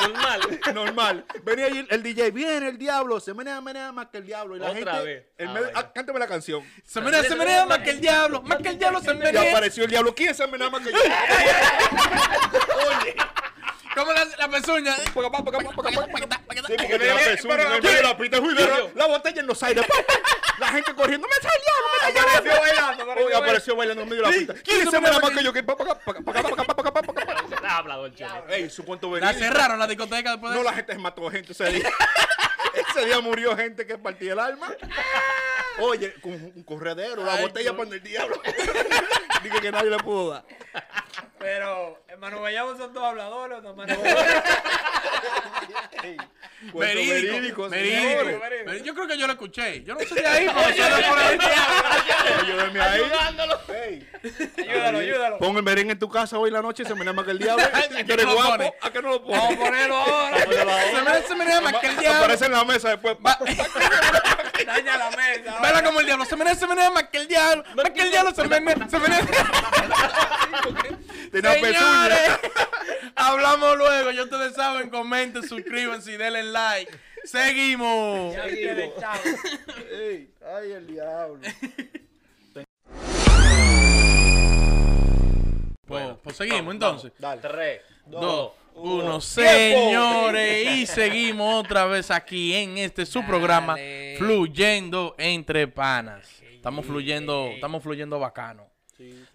Speaker 2: Normal.
Speaker 1: Normal. Venía ahí el, el DJ, viene el diablo, se menea, menea más que el diablo. Y la
Speaker 2: Otra
Speaker 1: gente.
Speaker 2: vez.
Speaker 1: el
Speaker 2: Ah,
Speaker 1: medio-
Speaker 2: vaya.
Speaker 1: ah, cántame la canción.
Speaker 4: Se menea, se menea más que el diablo. Más que el diablo se
Speaker 1: Y
Speaker 4: menea.
Speaker 1: apareció el diablo. ¿Quién se menea más que yo? Oye.
Speaker 4: Como la, la pezuña.
Speaker 1: Porque pa, porque pa, porque pa, porque pa. Sí, porque
Speaker 3: Pero-
Speaker 1: la pezuña,
Speaker 3: pero-
Speaker 1: en el medio de la pista, juidero,
Speaker 2: Yo-
Speaker 1: la botella en los aires. pa, pa. La gente corriendo, me está el diablo, me está el diablo.
Speaker 3: Apareció bailando, apareció
Speaker 1: Oye, apareció bailando en medio de la pista. ¿Quién se menea más que yo? Que pa, pa, pa, pa, pa, pa, pa, pa, pa, pa, pa.
Speaker 2: Ah, hablador, chévere.
Speaker 1: Ey, su cuento
Speaker 4: La
Speaker 1: venía.
Speaker 4: cerraron la discoteca después de
Speaker 1: No, la gente se mató gente ese día. (laughs) ese día murió gente que partía el alma. Oye, con un corredero, la
Speaker 4: Ay,
Speaker 1: botella
Speaker 4: no.
Speaker 1: para el diablo. (laughs) Dije que nadie le pudo dar.
Speaker 3: Pero, hermano Guayabo son dos habladores, no hermano.
Speaker 1: Cuento
Speaker 4: Verídico,
Speaker 1: señores.
Speaker 4: verídico.
Speaker 3: verídico.
Speaker 4: Ver- Yo creo que yo lo escuché. Yo no sé de ahí, pero suena por ahí.
Speaker 1: Ayúdame ahí. Ey.
Speaker 3: Ayúdalo, ayúdalo.
Speaker 1: Pon el merengue en tu casa hoy en la noche, se menea más que el
Speaker 4: (laughs)
Speaker 1: diablo.
Speaker 4: ¿A
Speaker 1: Tú
Speaker 4: qué
Speaker 1: eres
Speaker 4: no lo
Speaker 1: guapo,
Speaker 4: pones?
Speaker 1: ¿a qué no lo
Speaker 4: Vamos a
Speaker 1: pones?
Speaker 4: ponerlo ahora. Se menea, se menea
Speaker 1: (laughs)
Speaker 4: más que el diablo.
Speaker 1: Aparece en la mesa después.
Speaker 4: Va-
Speaker 3: Daña la mesa.
Speaker 4: Baila como el diablo. Se menea, se menea más que el diablo. Más que el diablo se menea, se menea.
Speaker 1: Tenía pezuña.
Speaker 4: Señores, hablamos luego. Ya ustedes saben, comenten, suscríbanse y denle like. Seguimos.
Speaker 3: Ya viste de chavo.
Speaker 1: Ey, Ay, el diablo.
Speaker 4: Pues, pues seguimos entonces.
Speaker 1: Dale.
Speaker 2: Tres,
Speaker 4: Dos,
Speaker 2: dos.
Speaker 4: uno, señores. Y seguimos otra vez aquí en este su programa
Speaker 3: Dale.
Speaker 4: Fluyendo entre panas. Estamos fluyendo, estamos fluyendo bacano.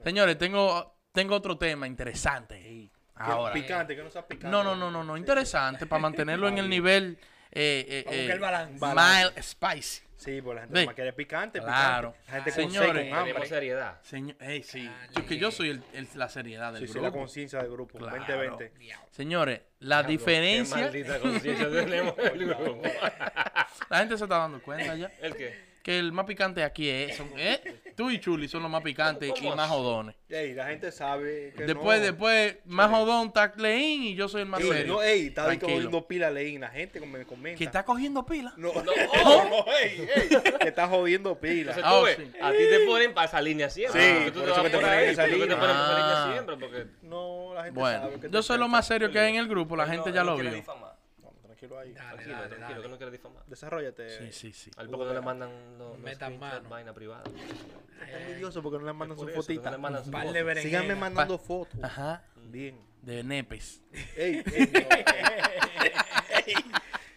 Speaker 4: Señores, tengo, tengo otro tema interesante. Ahora.
Speaker 1: Picante, que no sea picante.
Speaker 4: No, no, no, no, no. Interesante para mantenerlo en el nivel eh, eh,
Speaker 3: Para buscar
Speaker 4: eh,
Speaker 3: balance.
Speaker 4: mild spicy.
Speaker 1: Sí, pues la gente
Speaker 4: Ve.
Speaker 1: no más quiere picante,
Speaker 4: Claro.
Speaker 1: picante. La gente con
Speaker 4: Señores.
Speaker 1: seis, con hambre.
Speaker 2: Tenemos seriedad.
Speaker 4: Señor, ey, eh, sí. Yo, que yo soy el- el- la seriedad del
Speaker 1: Sí, sí, la
Speaker 4: grupo.
Speaker 1: conciencia del grupo.
Speaker 4: Claro.
Speaker 1: 2020.
Speaker 4: Señores, la
Speaker 2: Qué
Speaker 4: diferencia.
Speaker 2: maldita conciencia tenemos en el grupo.
Speaker 4: (laughs) La gente se está dando cuenta ya.
Speaker 2: ¿El qué?
Speaker 4: Que el más picante aquí es. son- ¿eh? Tú y Chuli son los más picantes y más jodones.
Speaker 1: Ey, la gente sabe que
Speaker 4: Después,
Speaker 1: no.
Speaker 4: después, más jodón está Cleín y yo soy el más
Speaker 1: Ey,
Speaker 4: serio.
Speaker 1: no, ey, está ahí
Speaker 4: Tranquilo.
Speaker 1: cogiendo pila ley, la gente com- me comenta.
Speaker 4: Que está cogiendo pila. (laughs)
Speaker 1: No,
Speaker 2: No,
Speaker 1: (laughs) no, no, ey, ey, que está jodiendo pila.
Speaker 2: Entonces
Speaker 4: Ah,
Speaker 2: tú ves,
Speaker 4: sí.
Speaker 2: a ti te ponen para esa línea siempre.
Speaker 1: Sí,
Speaker 2: porque tú
Speaker 1: por
Speaker 2: te
Speaker 1: eso
Speaker 2: vas
Speaker 1: que te
Speaker 2: por
Speaker 1: ponen
Speaker 2: ahí,
Speaker 1: esa
Speaker 2: porque
Speaker 1: línea.
Speaker 2: te ponen para esa
Speaker 4: Ah.
Speaker 2: línea siempre. Porque...
Speaker 1: No, la gente sabe.
Speaker 4: Bueno,
Speaker 1: que
Speaker 4: yo
Speaker 1: te
Speaker 4: soy lo
Speaker 1: trata.
Speaker 4: más serio que hay en el grupo, la gente ya lo vio.
Speaker 1: No, tranquilo ahí.
Speaker 2: Tranquilo, tranquilo, que no quiero difamar.
Speaker 1: Desarrollate.
Speaker 4: Sí, sí, sí.
Speaker 2: Al poco no le mandan los, los
Speaker 3: Metan
Speaker 2: screenshots,
Speaker 3: mano.
Speaker 2: vaina privada.
Speaker 1: Están envidiosos porque no le mandan
Speaker 2: Por
Speaker 1: su
Speaker 2: eso, que no
Speaker 1: fotita.
Speaker 2: le mandan Mm. su
Speaker 3: Par
Speaker 2: foto.
Speaker 3: de
Speaker 1: Síganme
Speaker 3: berenjenas.
Speaker 1: mandando fotos.
Speaker 4: Ajá,
Speaker 1: Bien.
Speaker 4: de nepes. (laughs)
Speaker 1: Ey, ey, no,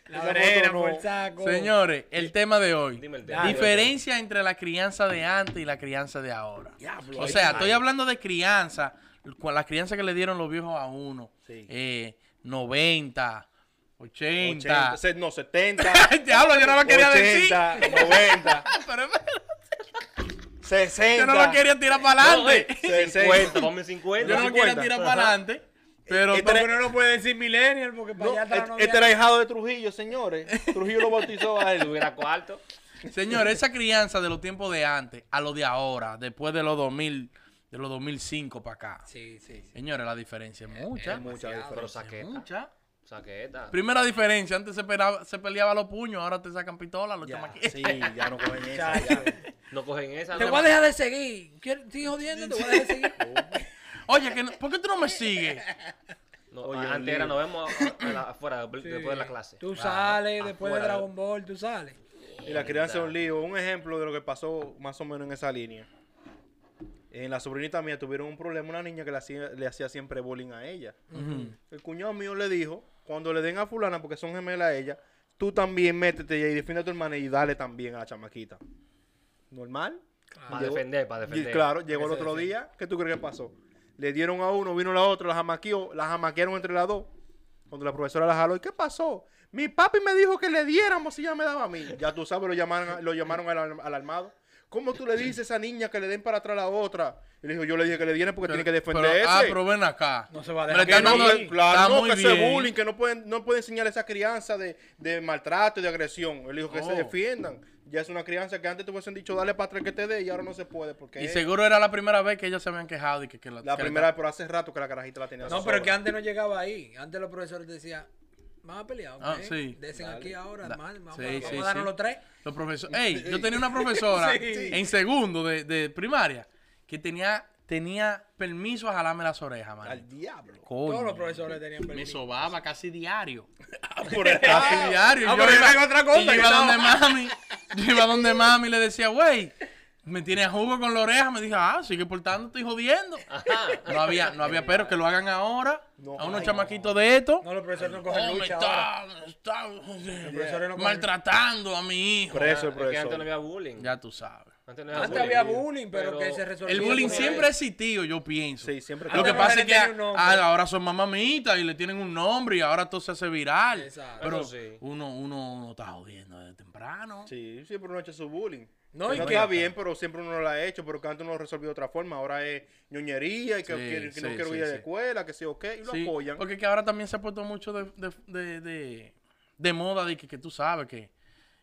Speaker 3: La
Speaker 1: Esa
Speaker 3: berenjena
Speaker 1: foto no.
Speaker 3: por el saco.
Speaker 4: Señores, el tema de hoy.
Speaker 2: Dime el tema.
Speaker 4: Diferencia entre la crianza de antes y la crianza de ahora.
Speaker 1: Diablo,
Speaker 4: O
Speaker 1: ahí
Speaker 4: sea,
Speaker 1: está.
Speaker 4: estoy hablando de crianza, cu- la crianza que le dieron los viejos a uno.
Speaker 1: Sí.
Speaker 4: Eh, 90, 80.
Speaker 1: 80, se- no, 70.
Speaker 4: (laughs) Diablo, yo no lo quería decir. (laughs)
Speaker 1: 80, 90,
Speaker 4: Pero
Speaker 1: 60.
Speaker 4: yo no lo quería tirar para adelante.
Speaker 2: No, eh, 50, ponme 50.
Speaker 4: Yo no lo quería
Speaker 1: 50.
Speaker 4: tirar para adelante. Pero
Speaker 1: Este
Speaker 3: Porque uno no puede decir millennial porque para
Speaker 1: No,
Speaker 3: allá atrás no
Speaker 1: este este
Speaker 3: había-
Speaker 1: era hijado de Trujillo, señores. Trujillo lo bautizó
Speaker 2: (laughs)
Speaker 1: a él.
Speaker 2: tuviera cuarto.
Speaker 4: Señor, esa crianza de los tiempos de antes a los de ahora, después de los 2000, de los 2005 para acá.
Speaker 3: Sí, sí, sí.
Speaker 4: Señores, la diferencia es mucha.
Speaker 1: Hay Eh, mucha
Speaker 2: Pero
Speaker 1: diferencia.
Speaker 4: es
Speaker 2: saqueta.
Speaker 4: mucha.
Speaker 2: Saqueta.
Speaker 4: Primera diferencia, antes se, pelaba- se peleaba los puños, ahora te sacan pistola los
Speaker 1: Ya,
Speaker 4: chamaquitos. (laughs)
Speaker 1: sí, ya no comen esa.
Speaker 3: Chacho.
Speaker 1: (laughs) ya.
Speaker 2: No cogen esa.
Speaker 3: Te
Speaker 2: no-
Speaker 3: voy a dejar de seguir. ¿Quieres- ¿Sigues jodiendo? Te voy a dejar de seguir.
Speaker 4: Oye, que no- ¿por qué tú no me sigues?
Speaker 2: no,
Speaker 1: Oye,
Speaker 2: antes
Speaker 1: Leo.
Speaker 2: era, nos vemos a- a la- afuera de-
Speaker 3: Sí.
Speaker 2: después de la clase.
Speaker 3: Tú sales después de
Speaker 2: afuera.
Speaker 3: Dragon Ball, tú sales.
Speaker 1: Y la crianza es un lío. Un ejemplo de lo que pasó más o menos en esa línea. En la sobrinita mía tuvieron un problema, una niña que le hacía, le hacía siempre bullying a ella. El cuñado mío le dijo, cuando le den a fulana, porque son gemelas a ella, tú también métete y defiende a tu hermana y dale también a la chamaquita. ¿Normal?
Speaker 2: Para
Speaker 1: Llegó-
Speaker 2: defender, para defender.
Speaker 1: Y claro, llegó el otro día. ¿Qué tú crees que pasó? Le dieron a uno, vino la otra, la jamaqueó, la jamaquearon entre las dos. Cuando la profesora la jaló, ¿y qué pasó? Mi papi me dijo que le diéramos si ya me daba a mí. Ya tú sabes, lo llamaron, a- lo llamaron al, al- al armado. ¿Cómo tú le dices a esa niña que le den para atrás a la otra? Y le dijo, yo le dije que le dieran porque tiene que defender
Speaker 4: Pero-
Speaker 1: ese.
Speaker 4: Ah, pero ven acá.
Speaker 3: No se va a
Speaker 4: Me
Speaker 3: dejar.
Speaker 4: le están
Speaker 1: Que no,
Speaker 4: dando-
Speaker 1: que- claro,
Speaker 4: está
Speaker 1: no,
Speaker 4: muy
Speaker 1: que ese
Speaker 4: bien.
Speaker 1: bullying, que no pueden, no pueden enseñar esa crianza de, de maltrato y de agresión. Él dijo que se
Speaker 4: Oh.
Speaker 1: defiendan. Ya es una crianza que antes te hubiesen dicho, dale para atrás que te dé y ahora no se puede porque
Speaker 4: Y
Speaker 1: es
Speaker 4: seguro era la primera vez que ellos se habían quejado y que, que
Speaker 1: la
Speaker 4: que le-
Speaker 1: primera vez, pero hace rato que la carajita la tenía.
Speaker 3: No, pero que antes no llegaba ahí. Antes los profesores decían, van a pelear, ok.
Speaker 4: Ah, sí.
Speaker 3: Desen aquí ahora,
Speaker 4: Da-
Speaker 3: man, vamos,
Speaker 4: sí,
Speaker 3: a- vamos
Speaker 4: sí,
Speaker 3: a darnos
Speaker 4: sí.
Speaker 3: los tres.
Speaker 4: Los profesores. Ey, yo tenía una profesora
Speaker 1: (laughs)
Speaker 4: en segundo de, de primaria que tenía, tenía permiso a jalarme las orejas, man.
Speaker 1: Al diablo.
Speaker 4: Coño.
Speaker 3: Todos los profesores tenían
Speaker 4: Me
Speaker 3: permiso.
Speaker 4: sobaba casi diario.
Speaker 1: Por (laughs) el
Speaker 4: Ah, Casi
Speaker 1: caso.
Speaker 4: diario.
Speaker 3: ah,
Speaker 4: yo
Speaker 3: pero yo
Speaker 4: iba,
Speaker 3: tengo otra cosa,
Speaker 4: y yo
Speaker 3: que
Speaker 4: iba
Speaker 3: no.
Speaker 4: donde mami. Yo iba donde mami y le decía, güey, me tienes jugo con la oreja. Me dijo, ah, sigue portándote y jodiendo.
Speaker 3: (laughs)
Speaker 4: No había, no había pero que lo hagan ahora.
Speaker 1: No,
Speaker 4: a unos
Speaker 1: ay,
Speaker 4: chamaquitos de estos.
Speaker 3: No, los profesores no
Speaker 4: Oh,
Speaker 3: cogen
Speaker 4: me
Speaker 3: lucha ahora.
Speaker 4: está, me está,
Speaker 3: Los profesores no cogen-
Speaker 4: maltratando a mi hijo.
Speaker 1: Preso el
Speaker 2: ah, Es que antes no
Speaker 1: profesor.
Speaker 2: había bullying.
Speaker 4: Ya tú sabes.
Speaker 2: Antes no había
Speaker 3: Antes
Speaker 2: bullying.
Speaker 3: había bullying, pero, que se resolvía.
Speaker 4: El bullying
Speaker 3: con-
Speaker 4: siempre ha existido, yo pienso.
Speaker 1: Sí, siempre.
Speaker 4: Lo
Speaker 3: Antes
Speaker 4: que
Speaker 3: la
Speaker 4: pasa
Speaker 3: mujer
Speaker 4: es que
Speaker 3: tenía un nombre.
Speaker 4: ah, ahora son más mamitas y le tienen un nombre y ahora todo se hace viral.
Speaker 3: Exacto.
Speaker 4: Pero
Speaker 2: Eso sí.
Speaker 4: uno, uno, uno está jodiendo desde temprano.
Speaker 1: Sí, siempre uno ha hecho su bullying.
Speaker 3: No,
Speaker 1: No,
Speaker 3: y
Speaker 1: está
Speaker 3: que-
Speaker 1: bien, pero siempre uno lo ha hecho, pero que antes uno lo resolvió de otra forma. Ahora es ñoñería y que,
Speaker 4: Sí,
Speaker 1: quiere- que no
Speaker 4: sí,
Speaker 1: quiero
Speaker 4: sí,
Speaker 1: ir a la
Speaker 4: sí.
Speaker 1: escuela, que sí o qué, y lo
Speaker 4: Sí,
Speaker 1: apoyan.
Speaker 4: Porque es que ahora también se ha puesto mucho de, de- de- de- de moda de que, que tú sabes que.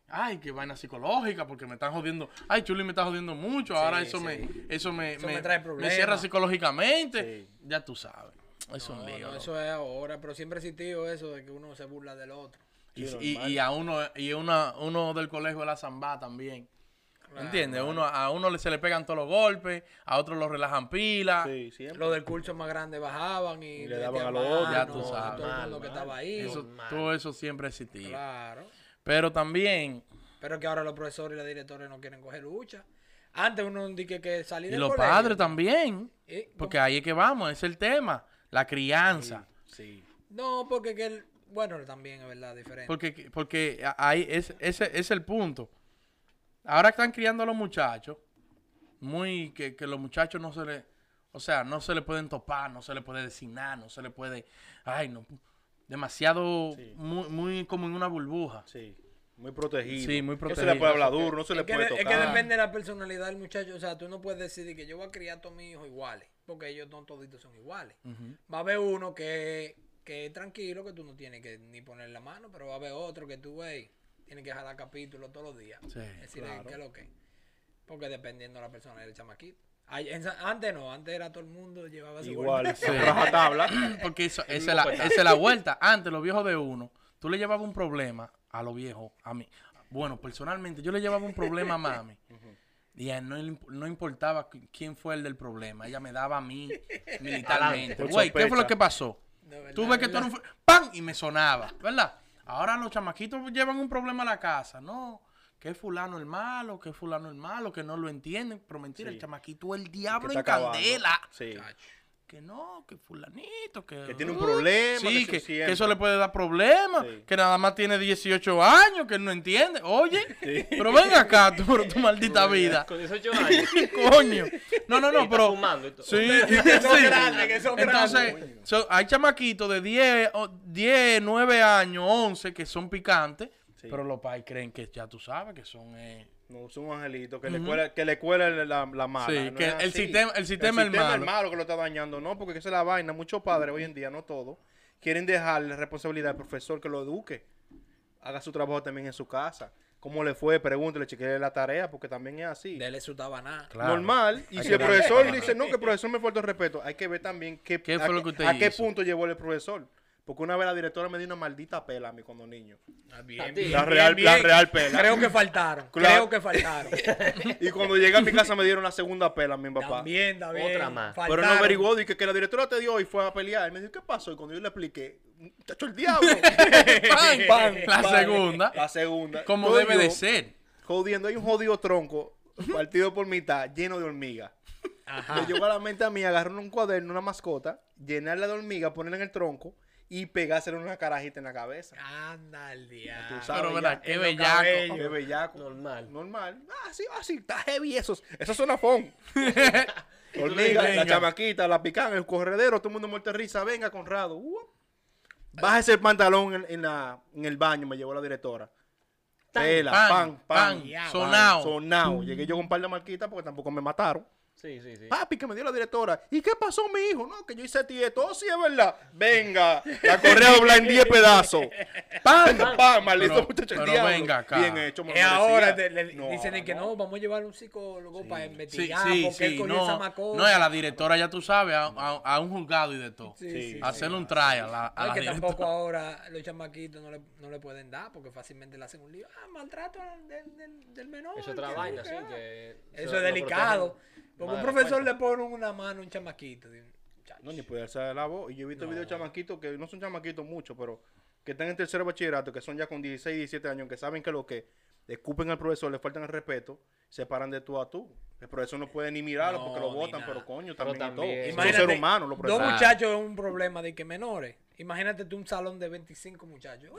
Speaker 4: Ay, que vaina psicológica, porque me están jodiendo. Ay, Chuli me está jodiendo mucho. Ahora eso
Speaker 3: sí.
Speaker 4: me, eso me,
Speaker 3: Eso me trae problemas.
Speaker 4: cierra psicológicamente.
Speaker 1: Sí.
Speaker 4: Ya tú sabes. Es un
Speaker 3: No,
Speaker 4: lío.
Speaker 3: no,
Speaker 4: loco.
Speaker 3: eso es ahora, pero siempre ha existido eso de que uno se burla del otro.
Speaker 4: Y,
Speaker 1: Sí,
Speaker 4: y- y a uno, y una, uno del colegio de la Zambá también. ¿Entiendes? Uno, a uno le- se le pegan todos los golpes, a otro lo relajan pila.
Speaker 1: Sí, siempre.
Speaker 3: Los del curso más grande bajaban y,
Speaker 1: Y le
Speaker 3: metían
Speaker 1: daban a los otros.
Speaker 3: mano,
Speaker 4: Ya tú
Speaker 3: y
Speaker 4: sabes.
Speaker 3: Todo el
Speaker 2: Mal,
Speaker 3: mundo que
Speaker 2: mal.
Speaker 3: estaba ahí.
Speaker 4: Eso-
Speaker 2: Normal.
Speaker 4: todo eso siempre existía.
Speaker 3: Claro.
Speaker 4: Pero también,
Speaker 3: Pero que ahora los profesores y los directores no quieren coger lucha. Antes uno dije que salí
Speaker 4: y
Speaker 3: del
Speaker 4: los
Speaker 3: colegio,
Speaker 4: padres también.
Speaker 3: eh,
Speaker 4: Porque ahí es que vamos, ese es el tema. La crianza.
Speaker 1: Sí.
Speaker 3: No, porque que el, bueno, también es verdad, diferente.
Speaker 4: Porque, porque a- ahí es, ese ese es el punto. Ahora están criando a los muchachos. Muy que, que los muchachos no se le, o sea, no se le pueden topar, no se le puede decir nada, no se le puede, ay no, demasiado
Speaker 1: Sí.
Speaker 4: muy, muy como en una burbuja.
Speaker 1: Sí. Muy protegido.
Speaker 4: Sí, muy
Speaker 1: No se
Speaker 4: protegido.
Speaker 1: le puede hablar duro, no se le
Speaker 3: Es que,
Speaker 1: puede
Speaker 3: de- es
Speaker 1: tocar.
Speaker 3: que depende de la personalidad del muchacho. O sea, tú no puedes decidir que yo voy a criar a todos mis hijos iguales, porque ellos no toditos son iguales. Va a haber uno que, que es tranquilo, que tú no tienes que ni poner la mano, pero va a haber otro que tú, güey, tienes que jalar capítulos todos los días.
Speaker 4: Sí,
Speaker 3: es decir, ¿qué es lo que? Porque dependiendo de la personalidad del chamaquito. Ay, en Sa- antes no, antes era todo el mundo llevaba su
Speaker 1: (laughs) Igual,
Speaker 3: bolsa.
Speaker 1: sí. rajatabla.
Speaker 4: (laughs) Porque eso- esa, es la, esa es la vuelta. Antes, los viejos de uno, tú le llevabas un problema a los viejos, a mí. Bueno, personalmente, yo le llevaba un problema
Speaker 1: (laughs)
Speaker 4: a mami. Y a él no, le imp- no importaba qui- quién fue el del problema. Ella me daba
Speaker 1: (laughs)
Speaker 4: a mí militarmente.
Speaker 1: Por
Speaker 4: Güey, ¿qué fue
Speaker 1: sospecha.
Speaker 4: lo que pasó?
Speaker 3: No, ¿verdad?
Speaker 4: Tú ves que tú eres un... fr- ¡Pam! Y me sonaba, ¿verdad? Ahora los chamaquitos llevan un problema a la casa, ¿no? Que fulano el malo, que fulano el malo, que no lo entienden. Pero mentira, el chamaquito es el
Speaker 1: Que
Speaker 4: diablo
Speaker 1: está
Speaker 4: en
Speaker 1: acabando.
Speaker 4: candela
Speaker 1: Sí.
Speaker 4: que no, que fulanito, que...
Speaker 1: Que tiene un
Speaker 4: Uh,
Speaker 1: problema,
Speaker 4: Sí,
Speaker 1: que
Speaker 4: que,
Speaker 1: se
Speaker 4: que
Speaker 1: siente.
Speaker 4: eso le puede dar problemas,
Speaker 1: Sí.
Speaker 4: que nada más tiene 18 años, que él no entiende. Oye,
Speaker 1: (laughs) Sí.
Speaker 4: pero ven acá,
Speaker 1: (laughs)
Speaker 4: tú, por tu maldita vida. (laughs)
Speaker 2: Con 18 años.
Speaker 3: (laughs)
Speaker 4: Coño. No, no,
Speaker 2: Y
Speaker 4: no,
Speaker 2: está
Speaker 4: pero...
Speaker 2: fumando y
Speaker 1: (laughs)
Speaker 2: todo.
Speaker 4: Sí, (laughs)
Speaker 3: Que son
Speaker 4: sí.
Speaker 3: grandes, que son
Speaker 4: Entonces,
Speaker 3: grandes.
Speaker 4: so- hay chamaquitos de 10, o- 10, 9 años, 11, que son picantes,
Speaker 1: Sí.
Speaker 4: pero los pais creen que ya tú sabes que son... eh,
Speaker 1: No, es un angelito que le cuela, que le cuela la, la mala.
Speaker 4: Sí,
Speaker 1: no
Speaker 4: que
Speaker 1: es
Speaker 4: el
Speaker 1: así.
Speaker 4: sistema- el sistema es el
Speaker 1: es el
Speaker 4: malo.
Speaker 1: malo que lo está dañando, ¿no? Porque esa es la vaina. Muchos padres hoy en día, no todos, quieren dejarle la responsabilidad al profesor que lo eduque. Haga su trabajo también en su casa. ¿Cómo le fue? Pregúntele, chequee la tarea, porque también es así.
Speaker 3: Dele su tabaná.
Speaker 4: claro.
Speaker 1: (laughs) Normal. Y
Speaker 4: Hay
Speaker 1: si
Speaker 4: que
Speaker 1: el
Speaker 4: darle-
Speaker 1: profesor le dice, no, que el profesor me faltó el respeto, hay que ver también qué,
Speaker 4: ¿Qué
Speaker 1: a,
Speaker 4: fue lo
Speaker 1: qué-
Speaker 4: que usted
Speaker 1: a qué
Speaker 4: hizo?
Speaker 1: punto llevó el profesor. Porque una vez la directora me dio una maldita pela a mí cuando niño.
Speaker 3: Ah, bien,
Speaker 2: Sí.
Speaker 3: bien,
Speaker 1: La real-
Speaker 3: bien,
Speaker 1: la
Speaker 3: bien.
Speaker 1: real pela.
Speaker 3: Creo que faltaron. Creo
Speaker 1: Claro.
Speaker 3: que
Speaker 1: (laughs)
Speaker 3: faltaron.
Speaker 1: Y cuando llegué
Speaker 4: (laughs)
Speaker 1: a mi casa me dieron la segunda pela a mi papá.
Speaker 3: También, también.
Speaker 2: Otra más.
Speaker 3: Faltaron.
Speaker 1: Pero no averiguó, dije que la directora te dio y fue a pelear. Y me dijo, ¿qué pasó? Y cuando yo le expliqué, te el
Speaker 4: (laughs)
Speaker 1: diablo.
Speaker 4: ¡Pam! La
Speaker 1: Vale.
Speaker 4: segunda,
Speaker 1: La segunda.
Speaker 4: como
Speaker 1: Todo
Speaker 4: debe
Speaker 1: yo
Speaker 4: de ser.
Speaker 1: Jodiendo, hay un jodido tronco partido por mitad, lleno de hormigas.
Speaker 3: Ajá.
Speaker 4: Ah.
Speaker 1: Le llegó a la mente a mí agarrar un cuaderno, una mascota, llenarla de hormigas, ponerla en el tronco y pegársela una carajita en la cabeza.
Speaker 3: Anda al diablo.
Speaker 1: Tú sabes
Speaker 4: Pero,
Speaker 1: ya,
Speaker 4: ¿verdad? Qué
Speaker 3: en los
Speaker 4: bellaco.
Speaker 3: cabellos.
Speaker 1: Qué bellaco.
Speaker 2: Normal.
Speaker 1: Normal. Ah, sí, ah, sí, está heavy esos. Esos son
Speaker 4: (laughs)
Speaker 1: afón.
Speaker 4: Venga.
Speaker 1: Hormiga, la chamaquita, la pican, el corredero, todo el mundo muerto de risa. Venga, Conrado. Uh. Bájese el pantalón en, en la, en el baño, me llevó la directora. Pela,
Speaker 4: Pan,
Speaker 1: pan, pan,
Speaker 4: pan, sonao.
Speaker 1: sonao. Llegué yo con un par de marquitas porque tampoco me mataron.
Speaker 2: Sí, sí,
Speaker 3: Ah,
Speaker 2: sí.
Speaker 1: Papi, que me dio la directora. ¿Y qué pasó, mi hijo? No, que yo hice tieto. Oh, sí, es verdad. Venga, la correa dobla en 10 pedazos.
Speaker 4: ¡Pam!
Speaker 1: Pan, pan, maldito
Speaker 4: Pero-
Speaker 1: muchacho. el
Speaker 4: pero
Speaker 1: diablo.
Speaker 4: venga acá.
Speaker 1: Bien hecho, me
Speaker 3: Y
Speaker 1: lo
Speaker 3: ahora
Speaker 1: merecía.
Speaker 3: te- le- dicen
Speaker 1: ahora
Speaker 3: que no. vamos a llevar a un psicólogo para
Speaker 4: Sí,
Speaker 3: investigar
Speaker 4: sí,
Speaker 3: porque él
Speaker 4: sí,
Speaker 3: cogió esa
Speaker 4: no,
Speaker 3: macosa.
Speaker 4: no, y a la directora ya tú sabes, a, a- a un juzgado y de todo.
Speaker 3: Sí,
Speaker 1: Sí,
Speaker 3: sí,
Speaker 4: Hacer
Speaker 3: sí.
Speaker 4: un trial a, a
Speaker 3: No,
Speaker 4: la
Speaker 3: es que
Speaker 4: directora.
Speaker 3: tampoco ahora los chamaquitos no le, no le pueden dar porque fácilmente le hacen un lío. Ah, maltrato al- del, del- del menor.
Speaker 2: Eso es otra
Speaker 3: que-
Speaker 2: vaina,
Speaker 3: que-
Speaker 2: sí. Que
Speaker 3: Eso
Speaker 2: se-
Speaker 3: es
Speaker 2: lo
Speaker 3: delicado.
Speaker 2: protegen.
Speaker 3: Porque un
Speaker 2: Madre,
Speaker 3: profesor
Speaker 2: cuenta.
Speaker 3: le pone una mano a un chamaquito. de un muchacho.
Speaker 1: No, ni puede alzar la voz. Y yo he visto videos de chamaquitos que no son chamaquitos mucho, pero que están en tercero de bachillerato, que son ya con 16, 17 años, que saben que lo que escupen al profesor, le faltan el respeto, se paran de tú a tú. El profesor no puede ni
Speaker 3: Eh,
Speaker 1: mirarlo
Speaker 3: No,
Speaker 1: porque lo
Speaker 3: ni
Speaker 1: votan,
Speaker 3: nada.
Speaker 1: pero coño,
Speaker 2: Pero
Speaker 1: también, y todo.
Speaker 2: también.
Speaker 1: Son
Speaker 3: Imagínate,
Speaker 1: seres humanos los
Speaker 3: dos
Speaker 1: profesores.
Speaker 3: muchachos es un problema de que menores. Imagínate tú un salón de 25 muchachos.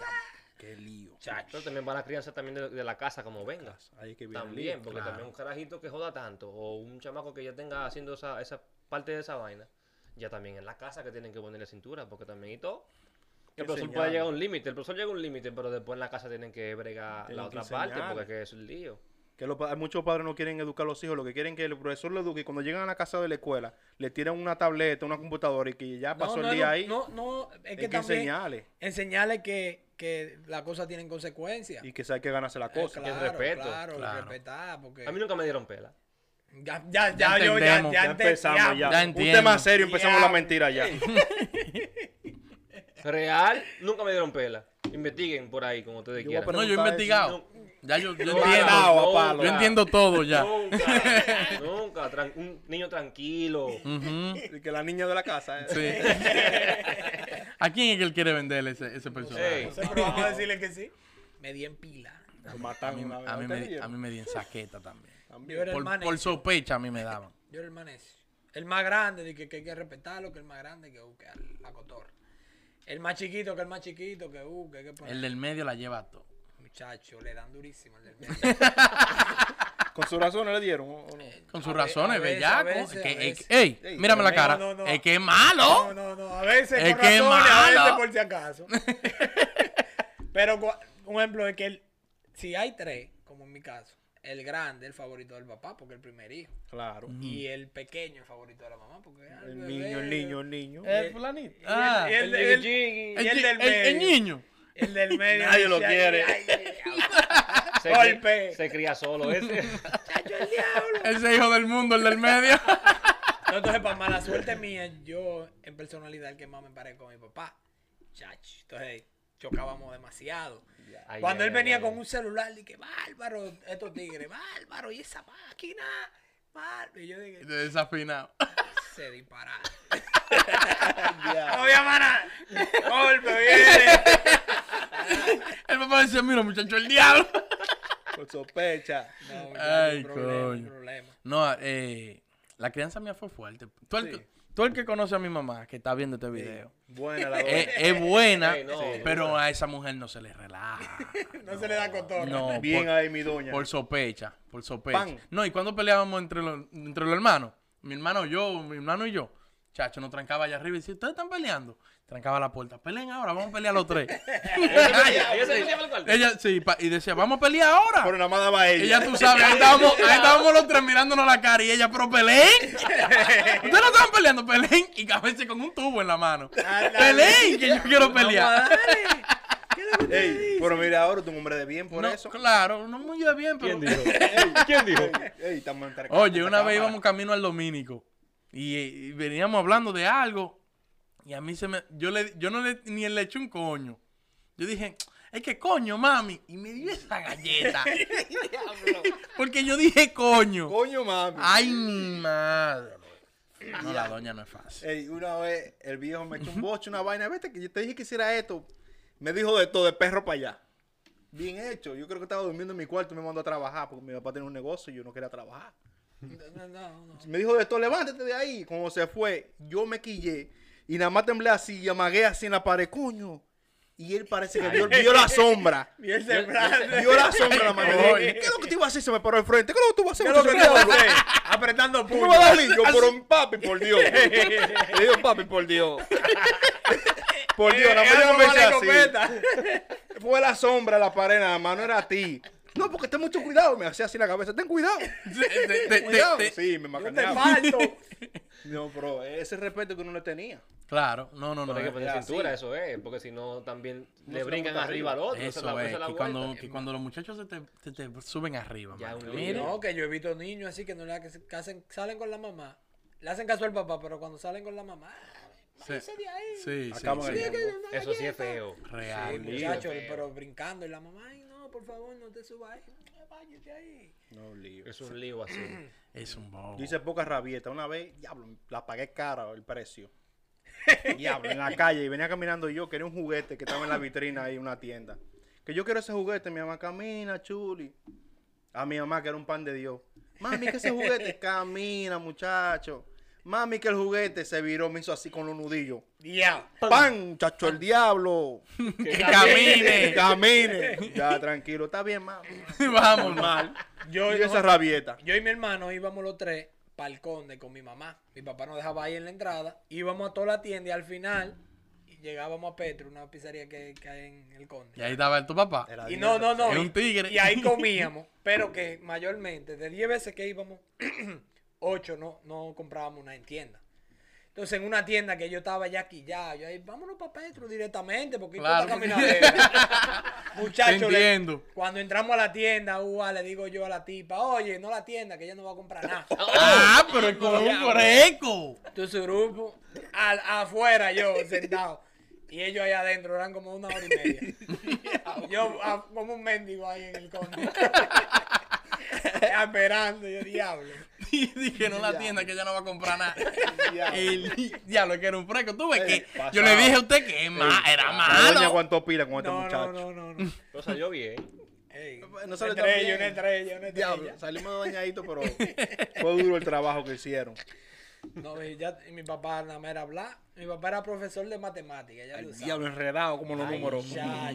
Speaker 3: Qué lío.
Speaker 2: Pero también van a crianza también de, de la casa como venga.
Speaker 1: Ahí que viene el lío.
Speaker 2: También, porque también un carajito que joda tanto o un chamaco que ya tenga haciendo esa, esa parte de esa vaina, ya también en la casa que tienen que ponerle cintura, porque también y todo.
Speaker 1: Qué
Speaker 2: El profesor
Speaker 1: señal.
Speaker 2: puede llegar a un límite, el profesor llega a un límite, pero después en la casa tienen que bregar
Speaker 1: Tienen
Speaker 2: la
Speaker 1: que
Speaker 2: otra parte,
Speaker 1: enseñar.
Speaker 2: porque es que es el lío.
Speaker 1: Que los pa- muchos padres no quieren educar a los hijos, lo que quieren que el profesor lo eduque y cuando llegan a la casa de la escuela, le tiran una tableta, una computadora y que ya pasó
Speaker 3: no,
Speaker 1: el día
Speaker 3: no,
Speaker 1: ahí.
Speaker 3: No, no, es
Speaker 1: hay
Speaker 3: que
Speaker 1: que
Speaker 3: también
Speaker 1: enseñarle
Speaker 3: enseñarle que, que las cosas tienen consecuencias.
Speaker 1: y que sabe que ganarse la cosa.
Speaker 3: Eh,
Speaker 2: que respeto.
Speaker 3: Claro,
Speaker 4: Claro.
Speaker 3: respetar,
Speaker 1: Eh.
Speaker 3: porque...
Speaker 2: A mí nunca me dieron pela.
Speaker 3: Ya, ya, ya,
Speaker 4: Ya
Speaker 3: yo, ya,
Speaker 4: entendemos,
Speaker 1: Ya
Speaker 3: ya
Speaker 1: empezamos ya.
Speaker 3: entendíamos.
Speaker 4: Ya
Speaker 1: un
Speaker 4: entiendo.
Speaker 1: tema serio, empezamos
Speaker 3: Ya.
Speaker 1: la mentira ya.
Speaker 2: Real, nunca me dieron pela. Investiguen por ahí, como ustedes
Speaker 1: Yo voy a
Speaker 2: quieran.
Speaker 1: poner-
Speaker 4: No, yo he
Speaker 1: preguntar
Speaker 4: investigado. Ya yo, yo
Speaker 2: Nunca,
Speaker 4: entiendo,
Speaker 1: Pelao, a
Speaker 2: nunca,
Speaker 1: palo.
Speaker 4: yo entiendo todo ya.
Speaker 2: Nunca, nunca. tran- un niño tranquilo.
Speaker 4: Ujú,
Speaker 1: Y que la niña de la casa. eh.
Speaker 3: (laughs)
Speaker 4: sí. ¿A quién es que él quiere venderle ese, ese personaje?
Speaker 2: Ey.
Speaker 3: No sé, (laughs) pero vamos a decirle que sí. Me di en pila.
Speaker 1: Lo
Speaker 4: A,
Speaker 1: mataron
Speaker 4: mí,
Speaker 1: una vez.
Speaker 4: a mí
Speaker 1: ¿Ustedes
Speaker 4: me, a
Speaker 1: vieron?
Speaker 4: mí me di en saqueta también.
Speaker 1: También.
Speaker 3: Yo era el
Speaker 4: Por,
Speaker 3: manes.
Speaker 4: por sospecha a mí me daban.
Speaker 3: Yo era el manes. El más grande, de que, que hay que respetarlo, que el más grande, que uh, que al- la cotorra. El más chiquito, que el más chiquito, que uh, que hay que poner.
Speaker 4: El del medio la lleva a todo.
Speaker 3: Muchacho, le dan durísimo al del medio.
Speaker 1: Con su razón no le dieron. ¿o- o no?
Speaker 4: Con
Speaker 3: A
Speaker 4: sus
Speaker 3: ve- a
Speaker 4: razones,
Speaker 3: veces, a
Speaker 4: bellaco.
Speaker 3: veces,
Speaker 4: Es
Speaker 3: a
Speaker 4: que- es-
Speaker 3: veces.
Speaker 4: ey,
Speaker 1: Ey,
Speaker 4: mírame la
Speaker 1: no,
Speaker 4: cara.
Speaker 3: no, no.
Speaker 4: Es que es malo.
Speaker 3: No, no, no. A veces
Speaker 4: ¿Oh? Es
Speaker 3: por
Speaker 4: que es
Speaker 3: razones, a veces
Speaker 4: (laughs) malo.
Speaker 3: por si acaso. Pero cua- un ejemplo es que el, si hay tres, como en mi caso, el grande es el favorito del papá porque es el primer hijo.
Speaker 1: Claro.
Speaker 3: Y el pequeño es el favorito de la mamá porque es
Speaker 1: El niño, el niño, el niño.
Speaker 4: El fulanito.
Speaker 3: Eh, Y el-
Speaker 4: Ah,
Speaker 3: y el-
Speaker 4: el,
Speaker 3: el-
Speaker 2: Jiggy,
Speaker 3: y el
Speaker 4: el-
Speaker 3: del
Speaker 4: el- el
Speaker 3: medio.
Speaker 4: niño.
Speaker 3: El del medio.
Speaker 4: Nadie lo
Speaker 3: dice, ay,
Speaker 4: quiere.
Speaker 3: ay, ay, ay,
Speaker 2: se,
Speaker 3: golpe.
Speaker 2: se cría solo ese.
Speaker 3: muchacho, el diablo.
Speaker 4: Ese hijo del mundo, el del medio. (laughs)
Speaker 3: No, entonces, para mala suerte mía, yo en personalidad el que más me parezco a mi papá. Chacho. Entonces, chocábamos demasiado.
Speaker 2: Ay,
Speaker 3: Cuando
Speaker 2: ay,
Speaker 3: él
Speaker 2: ay,
Speaker 3: venía
Speaker 2: ay.
Speaker 3: con un celular, dije, bárbaro, estos tigres, bárbaro, y esa máquina, bárbaro. Y yo
Speaker 4: (laughs)
Speaker 3: dije,
Speaker 4: Desafinado.
Speaker 3: se dispara. no voy a manar. Golpe, viene.
Speaker 4: El papá decía, mira muchacho, el diablo.
Speaker 1: Por sospecha.
Speaker 3: No,
Speaker 4: Ay,
Speaker 3: un problema, un
Speaker 4: coño.
Speaker 3: problema.
Speaker 4: No, eh, la crianza mía fue fuerte. Tú el,
Speaker 1: Sí.
Speaker 4: que- tú el que conoce a mi mamá, que está viendo este video,
Speaker 1: Buena la
Speaker 4: es,
Speaker 1: doña.
Speaker 4: es buena,
Speaker 2: Ey, no, sí.
Speaker 4: pero a esa mujer no se le relaja.
Speaker 3: No, se le da cotorra.
Speaker 4: No,
Speaker 1: Bien
Speaker 4: por,
Speaker 1: ahí mi doña.
Speaker 4: por sospecha, por sospecha.
Speaker 1: Pan.
Speaker 4: No, y cuando peleábamos entre los, entre los hermanos, mi hermano yo, mi hermano y yo, chacho, nos trancaba allá arriba y decía, ustedes están peleando. Trancaba la puerta, peleen ahora, vamos a pelear
Speaker 1: (laughs)
Speaker 4: los tres.
Speaker 2: Ella se metía para el cuarto.
Speaker 4: Ella, sí, pa- y decía, vamos a pelear ahora.
Speaker 1: Pero nada más daba
Speaker 4: Y
Speaker 1: ella.
Speaker 4: ya tú sabes, ahí estábamos, ahí estábamos los tres mirándonos la cara y ella, pero peleen.
Speaker 1: (laughs)
Speaker 4: Ustedes no estaban peleando, peleen. Y cabece con un tubo en la mano.
Speaker 1: Ah,
Speaker 3: Ándale.
Speaker 1: (laughs)
Speaker 4: Peleen, que yo quiero
Speaker 3: Vamos
Speaker 4: pelear.
Speaker 3: a darle. ¿Qué es lo que usted
Speaker 1: Ey,
Speaker 3: dice?
Speaker 1: pero mira ahora, tú un hombre de bien por
Speaker 4: No,
Speaker 1: eso.
Speaker 4: Claro, no muy de bien, pero.
Speaker 1: ¿Quién dijo? Ey,
Speaker 2: ¿Quién dijo?
Speaker 1: ey, estamos en tar-
Speaker 4: Oye,
Speaker 1: esta
Speaker 4: una vez
Speaker 1: cámara.
Speaker 4: íbamos camino al Domínico y, y veníamos hablando de algo y a mí se me... Yo, le, yo no le, ni le eché un coño. Yo dije, es que coño, mami. Y me dio
Speaker 2: (laughs)
Speaker 4: esa galleta. Porque yo dije coño.
Speaker 1: Coño, mami.
Speaker 4: Ay, mi madre. No, la doña no es
Speaker 2: (laughs)
Speaker 4: fácil.
Speaker 1: Ey, una vez el viejo me echó un boche, una vaina. Vete, que yo te dije que hiciera esto. Me dijo de todo, de perro para allá. Bien hecho. Yo creo que estaba durmiendo en mi cuarto y me mandó a trabajar porque mi papá tenía un negocio y yo no quería trabajar.
Speaker 3: No, no, no.
Speaker 1: Me dijo de todo, levántate de ahí. Cuando se fue, yo me quillé y nada más temblé así y amagué así en la pared, coño. Y él parece que vio, vio la sombra.
Speaker 3: Y el sembrante.
Speaker 1: Vio la sombra
Speaker 3: (laughs)
Speaker 1: en la mano.
Speaker 4: Oye.
Speaker 1: ¿Qué es lo que te iba a hacer? Se me paró al frente. ¿Qué es lo que tú vas a
Speaker 3: ¿Qué
Speaker 1: hacer?
Speaker 3: es lo que
Speaker 1: muchacho?
Speaker 3: tú vas a hacer? Apretando
Speaker 1: ¿Tú me vas a
Speaker 3: puños.
Speaker 1: dar lío? Por un papi, por Dios. Le digo, papi, por Dios. (laughs) Por
Speaker 3: Eh,
Speaker 1: Dios, nada más yo Eh, no me hice así. Fue la sombra, la pared, nada más, no era a ti. No, porque ten mucho cuidado. Me hacía así la cabeza. Ten cuidado.
Speaker 4: Te- te- te-
Speaker 1: Cuidado.
Speaker 4: te-
Speaker 1: Sí, me
Speaker 3: Yo te
Speaker 1: macaneaba.
Speaker 3: falto.
Speaker 1: No, pero ese respeto que uno le tenía.
Speaker 4: Claro, no, no, no.
Speaker 2: Pero hay que
Speaker 4: eh,
Speaker 2: poner cintura, eso es. Porque si no, también le
Speaker 1: se
Speaker 2: brincan
Speaker 1: monta
Speaker 2: arriba al otro. esa es
Speaker 4: Eso
Speaker 2: la- esa
Speaker 4: es,
Speaker 2: es la
Speaker 4: que
Speaker 2: vuelta.
Speaker 4: cuando, que cuando los muchachos se te, se te suben arriba,
Speaker 2: Ya,
Speaker 4: mano.
Speaker 2: un
Speaker 4: Mire,
Speaker 2: lío.
Speaker 3: No, que yo he visto niños así que no le hacen, que hacen- salen con la mamá. Le hacen caso al papá, pero cuando salen con la mamá,
Speaker 4: se-
Speaker 3: váyanse de ahí.
Speaker 4: sí, sí,
Speaker 1: Acaban
Speaker 4: sí,
Speaker 1: el-
Speaker 2: Eso sí es feo.
Speaker 3: Ay,
Speaker 4: real.
Speaker 3: muchacho,
Speaker 2: lío, feo.
Speaker 3: pero brincando y la mamá, ay no, por favor, no te subas ahí, no, váyate ahí.
Speaker 1: No, lío.
Speaker 2: Es un lío así.
Speaker 4: Es un bobo.
Speaker 1: Yo hice poca rabieta. Una vez, diablo, la pagué cara el precio. (laughs) Diablo, en la calle. Y venía caminando yo, quería un juguete que estaba en la vitrina ahí, en una tienda. Que yo quiero ese juguete. Mi mamá camina, chuli. A mi mamá, que era un pan de Dios. Mami, que ese
Speaker 4: (laughs)
Speaker 1: juguete camina, muchacho. Mami, que el juguete se viró, me hizo así con los nudillos.
Speaker 3: Ya.
Speaker 1: ¡Pan, muchacho, el diablo!
Speaker 4: que camine.
Speaker 1: (laughs) ¡Camine! Ya, tranquilo. Está bien, mami.
Speaker 4: (laughs) Vamos,
Speaker 1: Normal.
Speaker 3: Yo,
Speaker 1: Y esa rabieta.
Speaker 3: yo y mi hermano íbamos los tres pa'l conde con mi mamá. Mi papá nos dejaba ahí en la entrada. Íbamos a toda la tienda y al final y llegábamos a Petro, una pizzería que, que hay en el conde.
Speaker 4: Y ahí estaba tu papá.
Speaker 1: Era
Speaker 3: Y
Speaker 1: bien
Speaker 3: no, no, no.
Speaker 4: Era
Speaker 3: y-
Speaker 4: un tigre.
Speaker 3: Y
Speaker 4: (laughs)
Speaker 3: ahí comíamos. Pero que mayormente, de 10 veces que íbamos, (clears throat) 8 no, no comprábamos una en tienda. Entonces, en una tienda que yo estaba ya aquí, ya, yo ahí, vámonos para Petro directamente, porque esto
Speaker 4: Claro.
Speaker 3: está
Speaker 4: (laughs)
Speaker 3: caminadera. Muchacho,
Speaker 4: Te
Speaker 3: le-
Speaker 4: entiendo.
Speaker 3: cuando entramos a la tienda, uva, le digo yo a la tipa, oye, no la tienda, que ella no va a comprar nada.
Speaker 4: Ah, pero con un breco.
Speaker 3: Tú su grupo, al, afuera yo, sentado. Y ellos ahí adentro, eran como una hora y
Speaker 1: (laughs)
Speaker 3: media. yo a- como un mendigo ahí en el conde. (laughs) Esperando, yo diablo.
Speaker 4: (laughs) Y dije, no la tienda, que ella no va a comprar nada.
Speaker 1: Diablo.
Speaker 4: (laughs) El diablo, que era un freco. Tú ves
Speaker 1: Ey,
Speaker 4: que
Speaker 1: pasado.
Speaker 4: yo le dije a usted que es ma-
Speaker 1: Ey,
Speaker 4: era
Speaker 1: La doña
Speaker 4: malo.
Speaker 1: aguantó pila con este
Speaker 3: No, no,
Speaker 1: muchacho.
Speaker 3: no, no, no.
Speaker 2: Pero salió bien.
Speaker 3: Ey,
Speaker 1: No
Speaker 3: una
Speaker 1: sale tan
Speaker 3: estrella,
Speaker 1: bien.
Speaker 3: una estrella, una
Speaker 1: Diablo,
Speaker 3: estrella.
Speaker 1: salimos dañaditos, pero fue duro el trabajo que hicieron.
Speaker 3: No, y ya, y mi papá nada más era hablar. Mi papá era profesor de matemáticas, ya tú sabes.
Speaker 1: enredado como los números.
Speaker 3: Muchacho.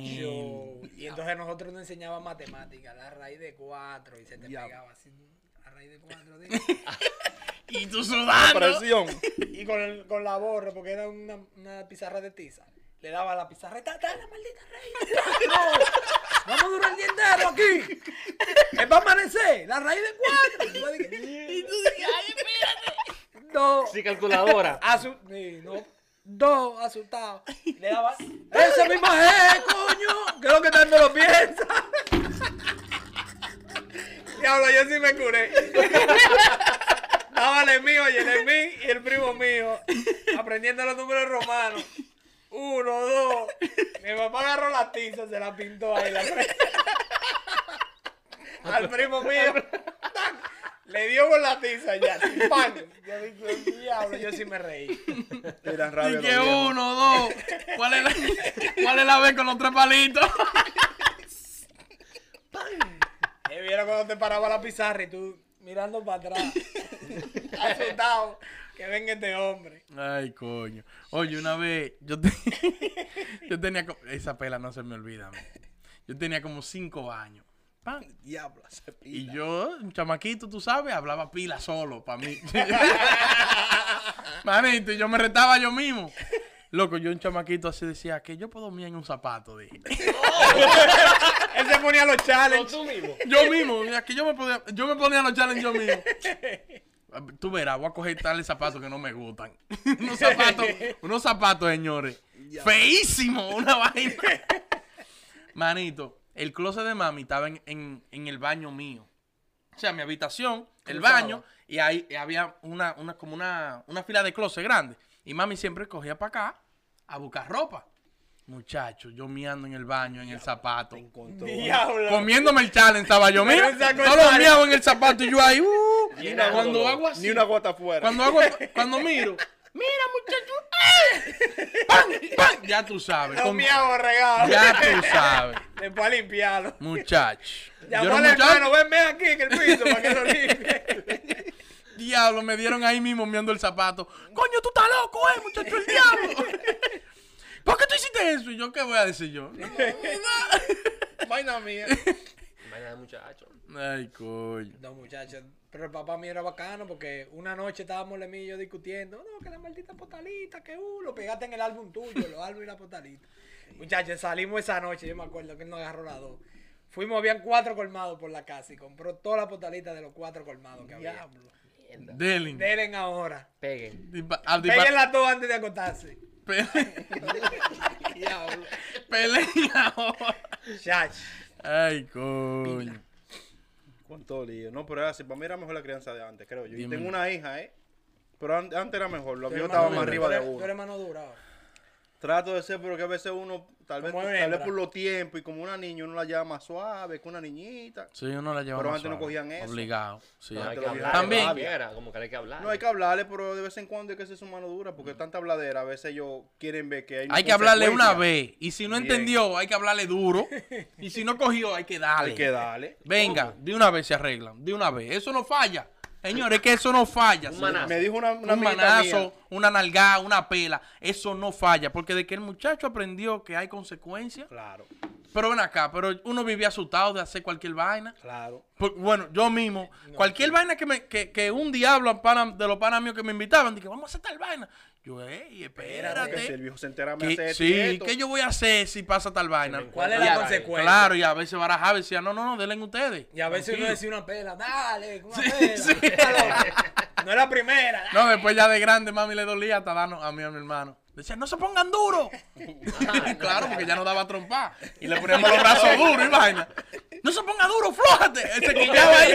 Speaker 1: Mm.
Speaker 3: Y entonces nosotros nos enseñaba matemáticas, la raíz de cuatro, y se te
Speaker 1: Diablo.
Speaker 3: pegaba así, la raíz de cuatro.
Speaker 1: (laughs)
Speaker 3: dime.
Speaker 4: Y tú sudando.
Speaker 1: Presión.
Speaker 3: y con, el- con la borra, porque era una, (laughs) una pizarra de tiza. Le daba la pizarra, ¡Está, está la maldita raíz! Vamos a durar el día entero aquí. Es para amanecer. La raíz de cuatro. Y yo dije,
Speaker 5: Y tú dices, ay, espérate.
Speaker 3: dos.
Speaker 2: Sí, calculadora.
Speaker 3: asu- sí, no. Dos asustados. Le daba. ¡Esa misma G, coño! Creo que tanto lo piensa. Diablo, yo sí me curé. Dábale el mío y el mí y el primo mío. Aprendiendo los números romanos. Uno, dos. Mi papá agarró la tiza, se la pintó ahí la frente. Al primo mío. ¡tac! Le dio con la tiza ya. ¡Pam! Yo dije, diablo, yo sí me reí.
Speaker 1: Tiran rabia
Speaker 4: Y
Speaker 1: los
Speaker 4: que
Speaker 1: viejos.
Speaker 4: uno, dos. ¿Cuál es la, (laughs) cuál es la vez con los tres palitos?
Speaker 3: Eh, vieron cuando te paraba la pizarra y tú mirando para
Speaker 4: (laughs)
Speaker 3: atrás. asustado. Que venga este hombre.
Speaker 4: Ay, coño. Oye, una vez yo, te- (laughs) yo tenía... co- Esa pela no se me olvida. man. Yo tenía como cinco años. Pan.
Speaker 1: Diablo, se pila.
Speaker 4: Y yo, un chamaquito, tú sabes, hablaba pila solo para mí. (laughs) Manito, y yo me retaba yo mismo. Loco, yo un chamaquito así decía que yo puedo mirar en un zapato, dije.
Speaker 3: Él se ponía los
Speaker 2: No,
Speaker 3: challenges.
Speaker 2: tú mismo.
Speaker 4: Yo mismo, mira, que yo me podía, yo me ponía los challenges yo mismo. Tú verás, voy a coger tales zapatos que no me gustan. (laughs) unos zapatos, unos zapatos, señores. Feísimo, una vaina. Manito, el closet de mami estaba en, en- en el baño mío. O sea, mi habitación, el baño, y ahí y había una, una, como una, una fila de closet grande. Y mami siempre cogía para acá a buscar ropa. Muchacho, yo miando en el baño, en el zapato.
Speaker 3: Diablo.
Speaker 4: Comiéndome el challenge estaba yo.
Speaker 3: Pero
Speaker 4: Mira,
Speaker 3: él sacó el
Speaker 4: todos
Speaker 3: challenge.
Speaker 4: miados en el zapato y yo ahí. Uh,
Speaker 2: Ni una
Speaker 4: cuando
Speaker 2: gota,
Speaker 4: hago así.
Speaker 1: Ni una gota afuera.
Speaker 4: Cuando hago, cuando miro. Mira, muchacho. ¡ay! ¡Pam! ¡Pam! Ya tú sabes.
Speaker 3: Los
Speaker 4: con-
Speaker 3: miados regados.
Speaker 4: ya tú sabes.
Speaker 3: Después a limpiarlo.
Speaker 4: Muchacho. Yo era
Speaker 3: Llamó
Speaker 4: un
Speaker 3: al
Speaker 4: muchacho-
Speaker 3: hermano, venme aquí en el piso para que lo
Speaker 4: (laughs)
Speaker 3: limpie.
Speaker 4: Diablo, me dieron ahí mismo miando el zapato. Coño, tú estás loco, eh, muchacho, el diablo.
Speaker 3: (laughs)
Speaker 4: ¿Por qué tú hiciste eso? Y yo, ¿qué voy a decir yo?
Speaker 3: Vaina mía.
Speaker 2: Imagínate, muchacho.
Speaker 4: Ay, coño.
Speaker 3: No, muchachos. Pero el papá mío era bacano porque una noche estábamos Lemmy y yo discutiendo. No, que la maldita postalita, que uh, lo pegaste en el álbum tuyo, los álbumes y la
Speaker 4: (laughs)
Speaker 3: postalita. Muchachos, salimos esa noche, yo me acuerdo que él nos agarró las dos. Fuimos, habían cuatro colmados por la casa y compró toda la postalita de los cuatro colmados que había.
Speaker 4: Delin.
Speaker 3: Delen ahora.
Speaker 2: Peguen.
Speaker 4: Dipa- ah, dipa-
Speaker 3: Péguenla todas antes de
Speaker 4: (laughs)
Speaker 3: acostarse.
Speaker 4: Pele-
Speaker 3: Diablo.
Speaker 4: Pelea ahora.
Speaker 3: Chach.
Speaker 4: Ay, coño.
Speaker 1: Con todo lío. No, pero era así. Para mí era mejor la crianza de antes, creo yo. Y
Speaker 4: Dime.
Speaker 1: tengo una hija, ¿eh? Pero an- antes era mejor. Los
Speaker 3: Tú eres
Speaker 1: viejos estaban
Speaker 3: mano
Speaker 1: más arriba
Speaker 4: dura.
Speaker 3: tú
Speaker 1: de
Speaker 3: eres- Tú
Speaker 1: uno.
Speaker 3: eres mano dura ahora.
Speaker 1: Trato de ser, pero que a veces uno, tal vez,
Speaker 3: Como una
Speaker 1: tal vez
Speaker 3: hembra.
Speaker 1: por los tiempos y como una niña, uno la llama más suave que una niñita.
Speaker 4: Sí, uno la llevaba
Speaker 1: Pero
Speaker 4: más
Speaker 1: antes no
Speaker 4: suave.
Speaker 1: cogían eso.
Speaker 4: Obligado. Sí,
Speaker 2: No,
Speaker 4: ya.
Speaker 2: hay que
Speaker 1: lo
Speaker 2: hablar.
Speaker 1: dije.
Speaker 4: También.
Speaker 2: como quiera, Como que hay que hablar.
Speaker 1: No hay que hablarle, pero de vez en cuando hay que hacer su mano dura, porque tanta habladera, a veces ellos quieren ver que hay. una
Speaker 4: Hay que hablarle una
Speaker 1: consecuencia.
Speaker 4: vez. Y si no
Speaker 1: Bien.
Speaker 4: entendió, hay que hablarle duro. Y si no cogió, hay que darle.
Speaker 1: Hay que darle.
Speaker 4: Venga, de una vez se arreglan. De una vez. Eso no falla. Señores, que eso no falla.
Speaker 2: Un
Speaker 4: señores.
Speaker 2: manazo.
Speaker 1: Me dijo una, una
Speaker 4: un
Speaker 1: amiguita
Speaker 4: manazo,
Speaker 1: mía,
Speaker 4: una nalgada, una pela. Eso no falla. Porque de que el muchacho aprendió que hay consecuencias.
Speaker 1: Claro,
Speaker 4: Pero ven acá, pero uno vivía asustado de hacer cualquier vaina.
Speaker 1: claro.
Speaker 4: Por- bueno, yo mismo, cualquier vaina que, me, que, que un diablo a pana- de los panas míos que me invitaban, dije, vamos a hacer tal vaina. Yo, ey,
Speaker 1: Espérate. Que si el
Speaker 4: espérate.
Speaker 1: viejo se entera, me
Speaker 4: ¿Qué-
Speaker 1: hace esto y
Speaker 4: sí,
Speaker 1: esto.
Speaker 4: ¿qué yo voy a hacer si pasa tal vaina?
Speaker 2: me
Speaker 3: ¿Cuál es
Speaker 4: Y
Speaker 3: la
Speaker 4: a-
Speaker 3: consecuencia?
Speaker 4: Claro, y a veces barajaba y decía, no, no, no, denle en ustedes.
Speaker 3: Y a veces uno
Speaker 4: Tranquilo.
Speaker 3: decía una pela, dale, una
Speaker 4: Sí,
Speaker 3: pela.
Speaker 4: sí.
Speaker 3: Quítalo. (laughs) No es la primera.
Speaker 4: No, después ya de grande, mami le dolía hasta darnos a mí y a mi hermano. Decía, no se pongan duro. claro, porque ya no daba trompa. Y le poníamos los brazos duros y vaina. No se ponga duro, flójate. Él se quillaba ahí.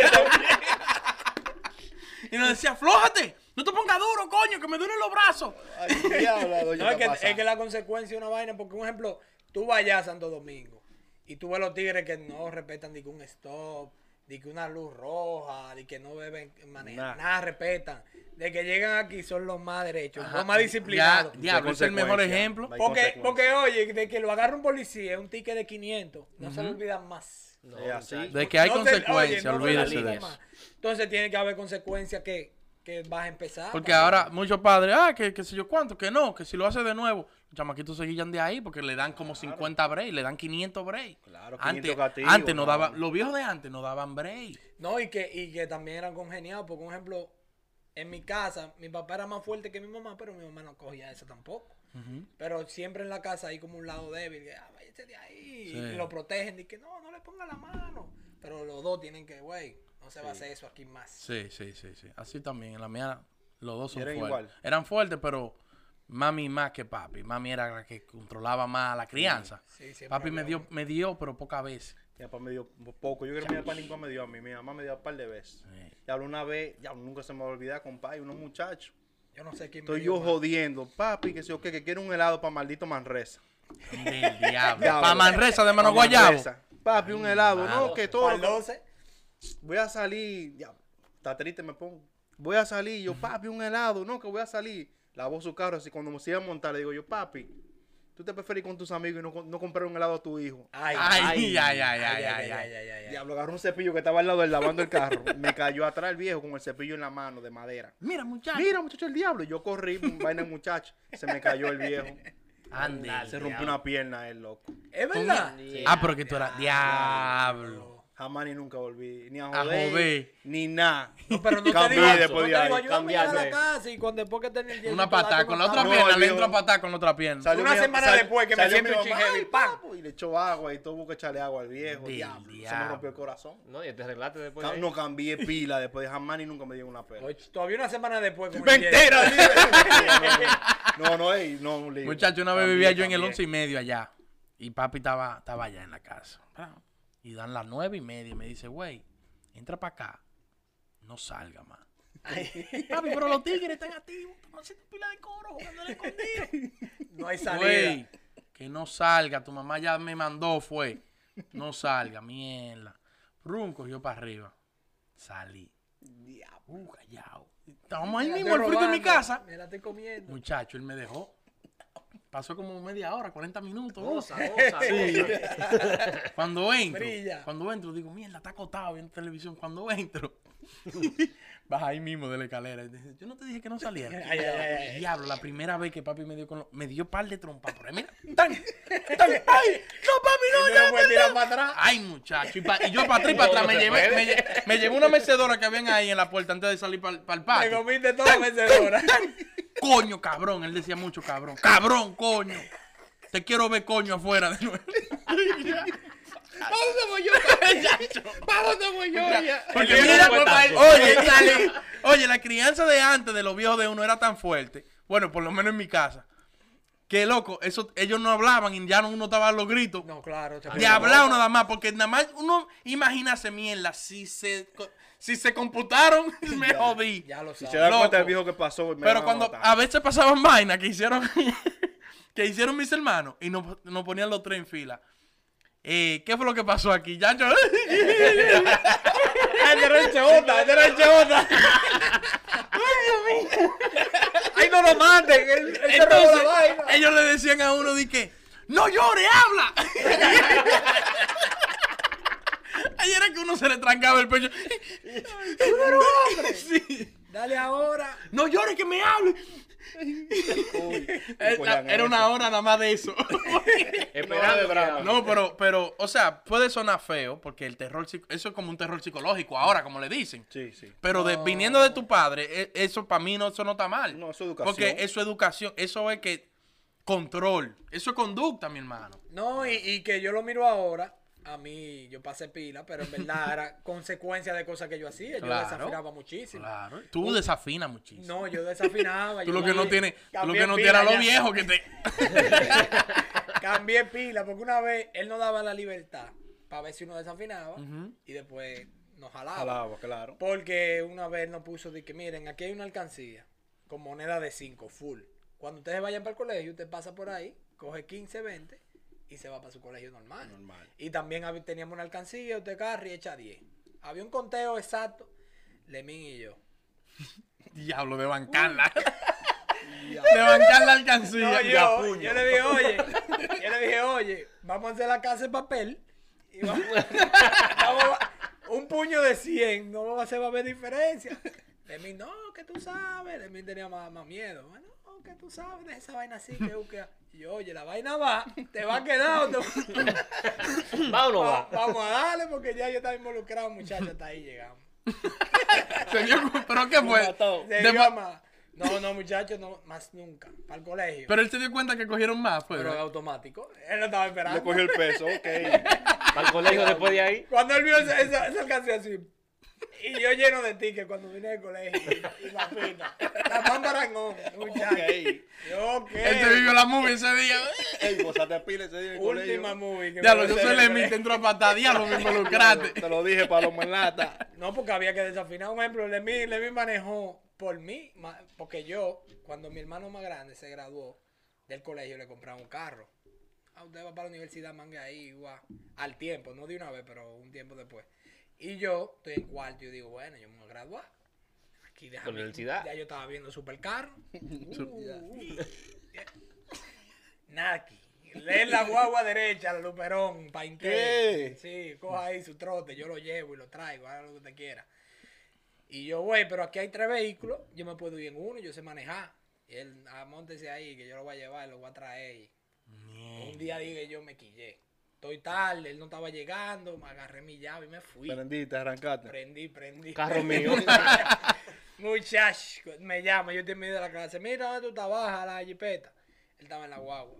Speaker 4: y nos decía, flójate. No te pongas duro, coño, que me duelen los brazos.
Speaker 1: Ay, diabla, doña,
Speaker 3: No, es
Speaker 1: ¿qué
Speaker 3: que,
Speaker 1: pasa?
Speaker 3: es que la consecuencia de una vaina, porque un ejemplo, tú vas allá a Santo Domingo y tú ves los tigres que no respetan ni que un stop, ni que una luz roja, ni que no beben, manejan, nada respetan. De que llegan aquí son los más derechos, los más disciplinados.
Speaker 4: Ya, diablo, es el mejor
Speaker 1: consecuencia.
Speaker 4: ejemplo.
Speaker 1: Hay
Speaker 3: porque,
Speaker 1: consecuencias.
Speaker 3: porque, oye, de que lo agarra un policía, es un ticket de 500, no se le olvidan más.
Speaker 2: No,
Speaker 1: Es así.
Speaker 2: muchacho.
Speaker 4: De que hay
Speaker 3: No se- oye,
Speaker 4: consecuencias,
Speaker 3: no se le
Speaker 4: olvídese de
Speaker 3: olvidan
Speaker 4: eso.
Speaker 3: más. Entonces tiene que haber consecuencias que, que vas a empezar.
Speaker 4: Porque
Speaker 3: para-
Speaker 4: ahora muchos padres, ah, que, que sé yo cuánto, que no, que si lo hace de nuevo, los chamaquitos se guillan de ahí porque le dan como 50 break, le dan 500 break.
Speaker 1: Claro, 500
Speaker 4: antes,
Speaker 1: gatillos,
Speaker 4: antes no
Speaker 1: mano.
Speaker 4: daban, los viejos de antes no daban break.
Speaker 3: No, y que, y que también eran congeniados, porque un ejemplo, en mi casa, mi papá era más fuerte que mi mamá, pero mi mamá no cogía eso tampoco. Pero siempre en la casa hay como un lado débil, que, ah, váyase de ahí,
Speaker 4: Sí.
Speaker 3: y lo protegen, y que no, no le ponga la mano. Pero los dos tienen que, güey, no se va a hacer eso aquí más.
Speaker 4: Sí, sí, sí, sí. Así también. En la mía, los dos son
Speaker 1: Eran
Speaker 4: fuertes.
Speaker 1: igual.
Speaker 4: Eran fuertes, pero mami más que papi. Mami era la que controlaba más la crianza.
Speaker 3: Sí, siempre
Speaker 4: papi me
Speaker 3: había
Speaker 4: dio, me dio, pero pocas veces.
Speaker 1: Mi papá me dio po- poco. Yo creo que mi papá nunca me dio a mí. Mi mamá me dio un par de veces.
Speaker 4: Sí.
Speaker 1: Y habló una vez, ya nunca se me va a olvidar, compadre, unos muchachos.
Speaker 3: Yo no sé quién me
Speaker 1: Estoy
Speaker 3: dio
Speaker 1: yo
Speaker 3: más.
Speaker 1: jodiendo, papi, que si o qué, que quiero un helado para maldito Manresa.
Speaker 4: (laughs) Del diablo.
Speaker 1: Diablo.
Speaker 4: Pa' Manresa de Mano
Speaker 1: Pa'
Speaker 4: Guayabo.
Speaker 1: Manresa. Papi, un helado, no,
Speaker 2: madre.
Speaker 1: que todo.
Speaker 3: Para
Speaker 1: lo
Speaker 3: el
Speaker 1: que-
Speaker 3: 12,
Speaker 1: voy a salir, ya, está triste me pongo. Voy a salir, yo, papi, un helado, no, que voy a salir. Lavó su carro, así cuando se iba a montar, le digo yo, papi, tú te preferís con tus amigos y no, co- no comprar un helado a tu hijo.
Speaker 3: Ay,
Speaker 4: Ay, ay, ay, ay, ay, ay.
Speaker 3: ay, ay.
Speaker 1: Diablo, agarró un cepillo que estaba al lado del lavando el carro. Me cayó atrás el viejo con el cepillo en la mano de madera.
Speaker 4: Mira, muchacho.
Speaker 1: Mira, muchacho, el diablo. Yo corrí, vaina el muchacho. Se me cayó el viejo.
Speaker 4: Ande.
Speaker 1: Se rompió una pierna, el loco.
Speaker 3: Es verdad.
Speaker 4: Ah, pero que tú eras diablo.
Speaker 1: Jamás ni nunca volví. Ni a
Speaker 4: A
Speaker 1: joder.
Speaker 4: joder.
Speaker 1: Ni nada.
Speaker 3: No, pero no te
Speaker 1: Cambié
Speaker 3: digo, no te
Speaker 1: después de
Speaker 3: digo,
Speaker 1: ahí,
Speaker 3: ayúdame a la
Speaker 2: cambiaste.
Speaker 3: casa y cuando después que tenés el yeso,
Speaker 4: Una
Speaker 3: tú das
Speaker 4: patada
Speaker 3: tu
Speaker 4: con la otra
Speaker 3: patada.
Speaker 1: No,
Speaker 4: pierna, le
Speaker 1: viejo.
Speaker 4: entró a patada con la otra pierna.
Speaker 1: Salió
Speaker 3: Una
Speaker 1: mi-
Speaker 3: semana
Speaker 1: sal-
Speaker 3: después que me
Speaker 1: salió
Speaker 3: siento
Speaker 1: mi
Speaker 3: un
Speaker 1: mamá,
Speaker 3: chingue
Speaker 1: "Ay,
Speaker 3: de pan".
Speaker 1: papu", Y le echó agua y tuvo que echarle agua al viejo.
Speaker 4: Del
Speaker 1: Diablo. Se me
Speaker 4: diablo. Pues, eh.
Speaker 1: rompió el corazón.
Speaker 2: No, y te arreglaste después.
Speaker 1: Ca-
Speaker 2: de ahí.
Speaker 1: No cambié pila después. Jamás ni nunca me dio una pela.
Speaker 3: Oye, Todavía una semana después. con el yeso.
Speaker 1: (laughs) ¡Mentira! libre! (laughs) No, no, ey, no, un lío.
Speaker 4: Muchacho, una vez
Speaker 1: Cambié,
Speaker 4: vivía yo en el
Speaker 1: cambié.
Speaker 4: once y medio allá. Y papi estaba, estaba allá en la casa. Y dan las nueve y media y me dice, güey, entra para acá. No salga más. papi, pero los tigres están activos. Están haciendo pila de coro, jugando al escondido.
Speaker 3: No hay salida.
Speaker 4: Güey, que no salga. Tu mamá ya me mandó, fue. No salga, mierda. Rum cogió para arriba. Salí.
Speaker 3: Diablo.
Speaker 4: Uh, callao. Estábamos ahí
Speaker 3: Me la
Speaker 4: mismo, al
Speaker 3: estoy
Speaker 4: frente de mi
Speaker 3: robando,
Speaker 4: casa.
Speaker 3: Me la estoy comiendo. (laughs)
Speaker 4: Muchacho, él me dejó. Pasó como media hora, 40 minutos.
Speaker 2: Goza, goza,
Speaker 4: goza.
Speaker 2: goza.
Speaker 4: Cuando entro,
Speaker 3: Brilla.
Speaker 4: cuando entro, digo, mierda, está acotado viendo televisión.
Speaker 3: (laughs)
Speaker 4: Cuando entro, baja ahí mismo de la escalera. y dice, Yo no te dije que no saliera.
Speaker 3: (laughs) Ay, ay, ay, ay.
Speaker 4: Diablo, la primera vez que papi me dio con lo- me dio par de trompas por ahí. Mira,
Speaker 3: Tan-
Speaker 4: ¡ay! ¡No, papi, no!
Speaker 3: Y
Speaker 4: ya,
Speaker 3: no puede
Speaker 4: ya,
Speaker 3: tirar
Speaker 4: ya!
Speaker 3: para atrás.
Speaker 4: Ay, muchacho. Y, pa- y yo para atrás y para atrás. Me llevé, me, lle- me llevé una mecedora que habían ahí en la puerta antes de salir para el
Speaker 3: Me
Speaker 4: patio.
Speaker 3: comiste toda la mecedora.
Speaker 4: Coño, cabrón. Él decía mucho cabrón. Cabrón, coño. Te quiero ver coño afuera de nuevo.
Speaker 3: (laughs) ¿Para dónde voy yo? ¿Para dónde voy yo? ya?
Speaker 4: Porque
Speaker 2: Porque
Speaker 4: mira,
Speaker 2: no fue
Speaker 4: papá,
Speaker 2: tanto.
Speaker 4: oye, dale. oye, la crianza de antes de los viejos de uno era tan fuerte. Bueno, por lo menos en mi casa. Que loco, eso, ellos no hablaban y ya no- uno estaba a los gritos.
Speaker 3: No, claro. se
Speaker 4: De
Speaker 3: puede.
Speaker 4: hablar nada más, porque nada más uno imagínase mierda. Si se, co- si se computaron, (laughs) me jodí.
Speaker 3: Ya lo
Speaker 1: Si
Speaker 3: sabes.
Speaker 1: se da
Speaker 4: Loco.
Speaker 1: cuenta el viejo que pasó. me van
Speaker 4: Pero
Speaker 1: a
Speaker 4: cuando
Speaker 1: matar.
Speaker 4: a veces pasaban vainas que hicieron (laughs) que hicieron mis hermanos y nos, nos ponían los tres en fila. Eh, ¿Qué fue lo que pasó
Speaker 1: (laughs)
Speaker 4: aquí? Yancho. (laughs)
Speaker 3: ¡Ay, de ranche onda! ¡De ranche onda! ¡Ay, no lo manden! ¡Él él se robó la
Speaker 4: Entonces,
Speaker 3: vaina!
Speaker 4: ellos le decían a uno de que, no llore,
Speaker 3: (laughs)
Speaker 4: habla. Ayer era que uno se le trancaba el pecho. (laughs) Sí.
Speaker 3: Dale ahora.
Speaker 4: No llore, que me hable. (laughs) Eh,
Speaker 1: Uy,
Speaker 4: Era-
Speaker 1: cogían
Speaker 4: Era una
Speaker 1: eso.
Speaker 4: hora nada más de
Speaker 1: (laughs)
Speaker 4: eso. (laughs)
Speaker 2: Esperando. que
Speaker 1: drama.
Speaker 2: hable.
Speaker 4: No, pero, pero, o sea, puede sonar feo porque el terror, psic- eso es como un terror psicológico ahora, como le dicen.
Speaker 1: Sí, sí.
Speaker 4: Pero de- viniendo de tu padre, e- eso para mí no, eso no está mal.
Speaker 1: No, eso es educación.
Speaker 4: Porque eso es educación, eso es que control, eso es conducta, mi hermano.
Speaker 3: No, y, y que yo lo miro ahora. A mí, yo pasé pila, pero en
Speaker 4: (laughs)
Speaker 3: verdad era consecuencia de cosas que yo hacía. Yo
Speaker 4: Claro.
Speaker 3: desafinaba muchísimo.
Speaker 4: Claro. Tú desafinas muchísimo.
Speaker 3: No, yo desafinaba.
Speaker 4: tú
Speaker 3: yo
Speaker 4: lo que no
Speaker 3: cambié-
Speaker 4: tienes, tú lo
Speaker 3: cambié
Speaker 4: que no
Speaker 3: pila
Speaker 4: tienes a los
Speaker 3: ya.
Speaker 4: viejos que te. (laughs)
Speaker 3: Cambié pila, porque una vez él nos daba la libertad para ver si uno desafinaba y después nos jalaba.
Speaker 1: Alaba, claro.
Speaker 3: Porque una vez nos puso de que, miren, aquí hay una alcancía con moneda de 5, full. Cuando ustedes vayan para el colegio, usted pasa por ahí, coge 15, 20 y se va para su colegio normal.
Speaker 1: Normal.
Speaker 3: Y también hab- teníamos una alcancía, usted agarra y echa 10. Había un conteo exacto, Lemín y yo.
Speaker 4: Diablo,
Speaker 3: (laughs)
Speaker 4: de bancarla. (laughs) de bancar la alcancía.
Speaker 3: No,
Speaker 4: De a
Speaker 3: yo,
Speaker 4: puño.
Speaker 3: yo le dije, oye, yo le dije, oye, vamos a hacer la casa de papel. Y (laughs) vamos, vamos a- un puño de 100, no va a hacer- va a haber diferencia. Lemín, no, que tú sabes. Lemín tenía más, más miedo. Bueno, no, que tú sabes, deja esa vaina así que busca. Y yo, oye, la vaina va, te va a quedar. o (laughs) te va-
Speaker 2: Va o no
Speaker 3: Va-
Speaker 2: va.
Speaker 3: vamos a darle porque ya yo estaba involucrado, muchachos, hasta ahí llegamos.
Speaker 4: Se vio cu- ¿Pero qué fue?
Speaker 3: mató. Se
Speaker 4: De
Speaker 3: vio
Speaker 4: ma-
Speaker 3: más. No, no, muchachos, no, más nunca. Para el colegio. Pero,
Speaker 4: Pero él se dio cuenta que cogieron más, pues.
Speaker 3: en automático. Él lo estaba esperando.
Speaker 6: Le cogió el peso,
Speaker 4: (laughs)
Speaker 6: ok.
Speaker 2: Para el colegio después de ahí.
Speaker 3: Cuando él vio esa, esa, esa alcancía así. Y yo lleno de tickets cuando vine del colegio. Y la fina. La pamparangón, muchacho.
Speaker 1: Ey,
Speaker 3: Yo qué.
Speaker 4: Él se vivió la movie ese
Speaker 3: (laughs)
Speaker 4: día. (laughs)
Speaker 1: ey, gozate pila ese día en el
Speaker 3: Última
Speaker 1: colegio.
Speaker 3: movie. que
Speaker 4: Diablo,
Speaker 3: me
Speaker 4: yo
Speaker 3: hice
Speaker 4: soy
Speaker 3: en el
Speaker 4: Lemmy, te
Speaker 3: colegio.
Speaker 4: entró a patada. Diablo, me involucraste.
Speaker 1: Te lo dije, Paloma en lata.
Speaker 3: No, porque había que desafinar. Un ejemplo, Lemmy, Lemmy manejó por mí. ma- Porque yo, cuando mi hermano más grande se graduó del colegio, le compraron un carro. Ah, usted va para la universidad, mangue ahí, guau. Al tiempo, no de una vez, pero un tiempo después. Y yo estoy en cuarto y digo, bueno, yo me voy a graduar. Aquí déjame.
Speaker 2: Por la universidad.
Speaker 3: Ya yo estaba viendo supercarro. Naki. Lee la guagua derecha, la Luperón, pa'
Speaker 1: ¿Qué?
Speaker 3: Intel. Sí, coja ahí su trote, yo lo llevo y lo traigo, haga lo que usted quiera. Y yo, güey, pero aquí hay tres vehículos, yo me puedo ir en uno, yo sé manejar. Y él, ah, móntese ahí, que yo lo voy a llevar, lo voy a traer. Un día dije, yo me quillé. Estoy tarde, él no estaba llegando, me agarré mi llave y me fui.
Speaker 1: Prendiste, arrancaste.
Speaker 3: Prendí, prendí. (laughs)
Speaker 2: Carro mío.
Speaker 3: Muchacho, me llama, yo terminé de la clase. Mira, ¿dónde tú estás? Baja la jipeta. Él estaba en la guagua.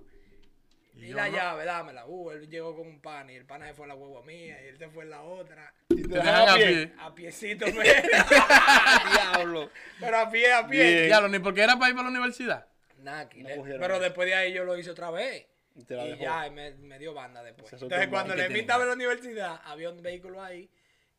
Speaker 3: Y, la llave, dámela. Uh, él llegó con un pan y el pana se fue en la guagua mía y él se fue en la otra.
Speaker 1: Y
Speaker 4: Te dejan a pie.
Speaker 3: A piecito, pero,
Speaker 1: Diablo.
Speaker 3: (laughs) pero a pie, a pie.
Speaker 1: Bien.
Speaker 4: Diablo, ni porque era para ir para la universidad.
Speaker 3: Naki,
Speaker 1: No
Speaker 3: le-
Speaker 1: cogieron
Speaker 3: pero
Speaker 1: eso.
Speaker 3: después de ahí yo lo hice otra vez.
Speaker 1: Y
Speaker 3: Y,
Speaker 1: te la dejó.
Speaker 3: ya, y me, me dio banda después.
Speaker 1: Ese es otro
Speaker 3: Entonces, cuando
Speaker 1: mal
Speaker 3: le
Speaker 1: que
Speaker 3: invitaba a la universidad, había un vehículo ahí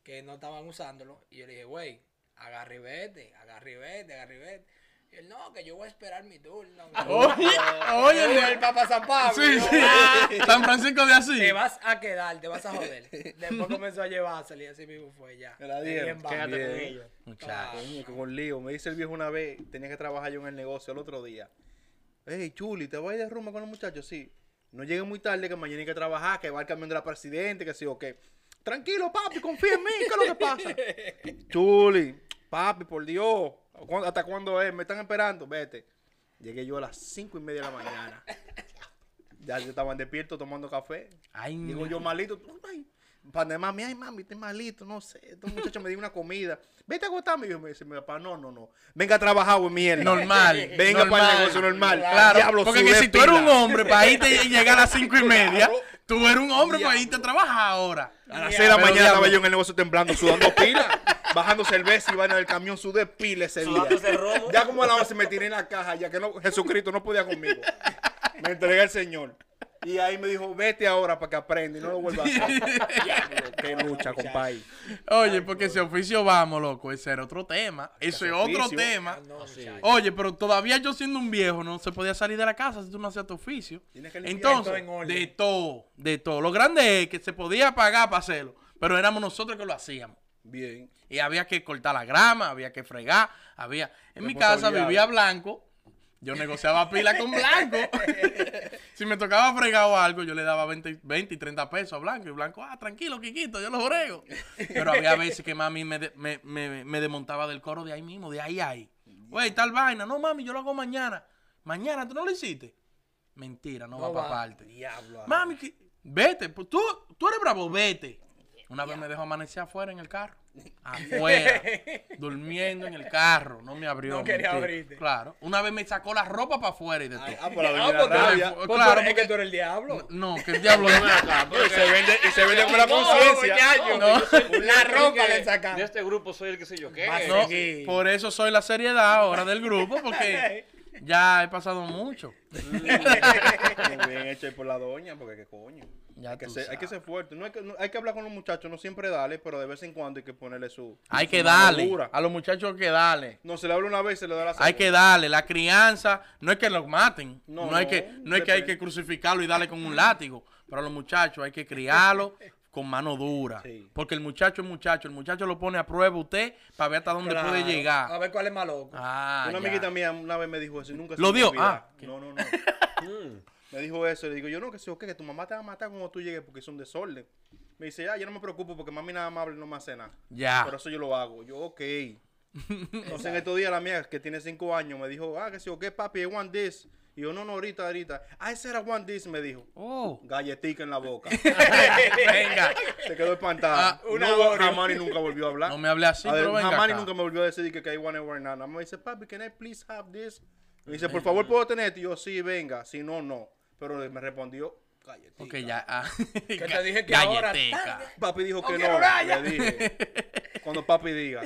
Speaker 3: que no estaban usándolo. Y yo le dije, güey, agarre y vete, agarre y vete, agarre y vete. Y él, no, que yo voy a esperar mi turno.
Speaker 4: Oye, (laughs) oye,
Speaker 3: Oye,
Speaker 4: el
Speaker 3: el Papa San Pablo.
Speaker 4: Oh, Sí,
Speaker 3: Yo,
Speaker 4: sí.
Speaker 3: "Ah,
Speaker 4: San Francisco de Asís.
Speaker 3: Te vas a quedar, te vas a joder. Después comenzó a llevar, a salir así mismo fue ya.
Speaker 1: Me la
Speaker 3: De
Speaker 1: dieron.
Speaker 3: bien bajo.
Speaker 2: Quédate con
Speaker 1: Bien.
Speaker 2: ellos.
Speaker 4: Muchacho.
Speaker 1: Coño, que con lío. Me dice el viejo una vez, tenía que trabajar yo en el negocio el otro día. Ey, Chuli, ¿te voy de rumba con los muchachos? Sí. No llegue muy tarde, que mañana hay que trabajar, que va el camión de la presidente, que sí o qué. Tranquilo, papi, confía en mí, ¿qué es lo que pasa? Chuli, papi, por Dios, ¿cu- ¿hasta cuándo es? Me están esperando, vete. Llegué yo a las cinco y media de la mañana. Ya yo estaba despierto tomando café.
Speaker 4: Ay,
Speaker 1: Digo
Speaker 4: no.
Speaker 1: yo malito. Ay, para mami, ay mami, estoy malito, no sé. Estos muchachos me dio una comida. Vete a acostarme. Y yo me dice, mi papá, no, no, no. Venga a trabajar, güey, mierda.
Speaker 4: Normal.
Speaker 1: (laughs) Venga para el negocio normal.
Speaker 4: Claro,
Speaker 1: Diablo,
Speaker 4: porque
Speaker 6: sudé
Speaker 4: que si tú eres un
Speaker 6: pila.
Speaker 4: hombre para
Speaker 1: (laughs)
Speaker 4: irte y llegar a las cinco y media, tú eres un hombre para irte a trabajar ahora.
Speaker 6: A las 6 de la
Speaker 4: Pero
Speaker 6: mañana
Speaker 4: diablo.
Speaker 6: estaba yo en el negocio temblando, sudando pila, bajando cerveza y vaina del camión, sudé pila ese día.
Speaker 2: Sudándose romo.
Speaker 6: Ya como a la 11 me tiré en la caja, ya que no, Jesucristo no podía conmigo. Me entregué al Señor. Y ahí me dijo, vete ahora para que aprenda y no lo vuelvas a hacer. Diablo, Qué lucha, compadre.
Speaker 4: Oye, porque ese oficio vamos, loco, ese era otro tema. Ese es otro
Speaker 6: oficio.
Speaker 1: Ah,
Speaker 4: tema.
Speaker 3: Ah, No, muchacho.
Speaker 4: Oye, pero todavía yo siendo un viejo no se podía salir de la casa si tú no hacías tu oficio.
Speaker 1: Tienes que limpiar
Speaker 4: Entonces,
Speaker 3: todo en orden.
Speaker 4: de todo, de todo. Lo grande es que se podía pagar para hacerlo, pero éramos nosotros que lo hacíamos.
Speaker 1: Bien.
Speaker 4: Y había que cortar la grama, había que fregar, había... En mi casa vivía Blanco, yo negociaba pila con Blanco.
Speaker 3: (laughs)
Speaker 4: si me tocaba fregar o algo, yo le daba 20, 20 y 30 pesos a Blanco. Y Blanco, ah, tranquilo, Quiquito, yo lo brego. Pero había veces que mami me, de- me, me- me desmontaba del coro de ahí mismo, de ahí a ahí. Güey, tal vaina. No, mami, yo lo hago mañana. Mañana, ¿tú no lo hiciste? Mentira, no,
Speaker 3: No
Speaker 4: va,
Speaker 3: va.
Speaker 4: para parte.
Speaker 1: Diablo. ah.
Speaker 4: Mami, que- vete, pues, tú, tú eres bravo, vete. Una vez me dejó amanecer afuera en el carro.
Speaker 3: (laughs)
Speaker 4: Afuera. durmiendo en el carro. No me abrió.
Speaker 3: No quería
Speaker 4: mentira.
Speaker 3: abrirte.
Speaker 4: Claro. Una vez me sacó la ropa para afuera y de todo.
Speaker 1: Ah, por la
Speaker 3: Ah,
Speaker 1: avenida
Speaker 3: pues, tú eres-
Speaker 1: Rabia.
Speaker 4: Rabia.
Speaker 3: pues,
Speaker 4: Claro,
Speaker 3: tú eres- es
Speaker 4: porque-
Speaker 3: que tú eres el diablo.
Speaker 4: No, que el
Speaker 3: (laughs)
Speaker 4: diablo.
Speaker 6: Y se vende, y se vende con la
Speaker 3: No,
Speaker 6: conciencia.
Speaker 3: muchacho.
Speaker 4: No.
Speaker 3: La ropa
Speaker 2: que
Speaker 3: le saca.
Speaker 2: De este grupo soy el que sé yo qué.
Speaker 3: Vas
Speaker 4: No,
Speaker 3: Sí.
Speaker 4: por eso soy la seriedad ahora del grupo,
Speaker 3: (laughs)
Speaker 4: porque ya he pasado mucho.
Speaker 1: Muy bien hecho ahí por la doña, porque qué coño.
Speaker 4: Ya
Speaker 1: hay, que
Speaker 4: tú
Speaker 1: ser, hay que
Speaker 4: sabes.
Speaker 1: ser fuerte. No hay, que, no- hay que hablar con los muchachos, no siempre darle, pero de vez en cuando hay que ponerle su.
Speaker 4: Hay
Speaker 1: su
Speaker 4: que
Speaker 1: mano
Speaker 4: darle.
Speaker 1: dura.
Speaker 4: A los muchachos hay que darle.
Speaker 1: No, se le habla una vez y se le da la
Speaker 4: Hay que
Speaker 1: segunda.
Speaker 4: darle. La crianza, no es que los maten.
Speaker 1: No,
Speaker 4: No, hay que,
Speaker 1: no,
Speaker 4: no es que hay
Speaker 1: depende.
Speaker 4: que crucificarlo y darle con un látigo. Pero a los muchachos hay que criarlos con mano dura.
Speaker 1: Sí.
Speaker 4: Porque el muchacho es muchacho. El muchacho lo pone a prueba usted para ver hasta dónde
Speaker 3: Claro.
Speaker 4: puede llegar.
Speaker 3: A ver cuál es más loco.
Speaker 4: Ah,
Speaker 1: Una
Speaker 4: ya.
Speaker 1: amiguita mía una vez me dijo eso y nunca se
Speaker 4: ¿Lo
Speaker 1: me
Speaker 4: dio?
Speaker 1: olvida.
Speaker 4: Ah, Mm.
Speaker 1: No, no,
Speaker 4: (laughs)
Speaker 1: no. me dijo eso y le digo, yo no, que sé o qué, que tu mamá te va a matar cuando tú llegues porque es un desorden. Me dice, ah, yo no me preocupo porque mami nada más habla y no me hace nada.
Speaker 4: Ya. (laughs)
Speaker 1: Por eso yo lo hago. Yo, ok. Entonces en estos días la mía, que tiene cinco años, me dijo, ah, que sí, o qué, papi, I want this. Y yo, no, no, ahorita, ahorita. Ah, ese era one this, me dijo.
Speaker 4: Oh.
Speaker 1: Galletica en la
Speaker 4: (laughs)
Speaker 1: boca.
Speaker 3: (laughs)
Speaker 4: venga.
Speaker 1: Se quedó espantada.
Speaker 4: Ah,
Speaker 3: una
Speaker 1: no,
Speaker 3: Oreo.
Speaker 1: jamás y nunca volvió a hablar.
Speaker 4: No me hable así,
Speaker 1: A ver,
Speaker 4: pero venga
Speaker 1: jamás y
Speaker 4: acá.
Speaker 1: nunca me volvió a decir que, que I want it right now. Nada más me dice, papi, can I please have this? Me dice, por favor, ¿puedo tener esto? Y yo, sí, venga. Si no, no. Pero me respondió, galletica.
Speaker 4: Ok, ya. ah.
Speaker 3: Que
Speaker 4: (laughs)
Speaker 3: te dije que ahora
Speaker 4: Galleteca.
Speaker 1: Papi dijo que
Speaker 3: quiero
Speaker 1: no.
Speaker 3: raya.
Speaker 1: Le
Speaker 4: (laughs)
Speaker 1: dije. Cuando papi diga.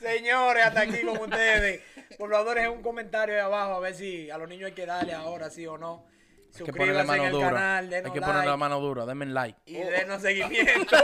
Speaker 3: Señores, hasta aquí con ustedes. Por favor, dejen un comentario ahí abajo a ver si a los niños hay que darle ahora, sí o no.
Speaker 4: Hay que
Speaker 3: Suscríbanse
Speaker 4: ponerle
Speaker 3: en
Speaker 4: mano
Speaker 3: el
Speaker 4: dura.
Speaker 3: canal,
Speaker 4: Hay
Speaker 3: denos
Speaker 4: que ponerle la
Speaker 3: like
Speaker 4: (laughs) mano dura. Denme like.
Speaker 3: y denos seguimiento.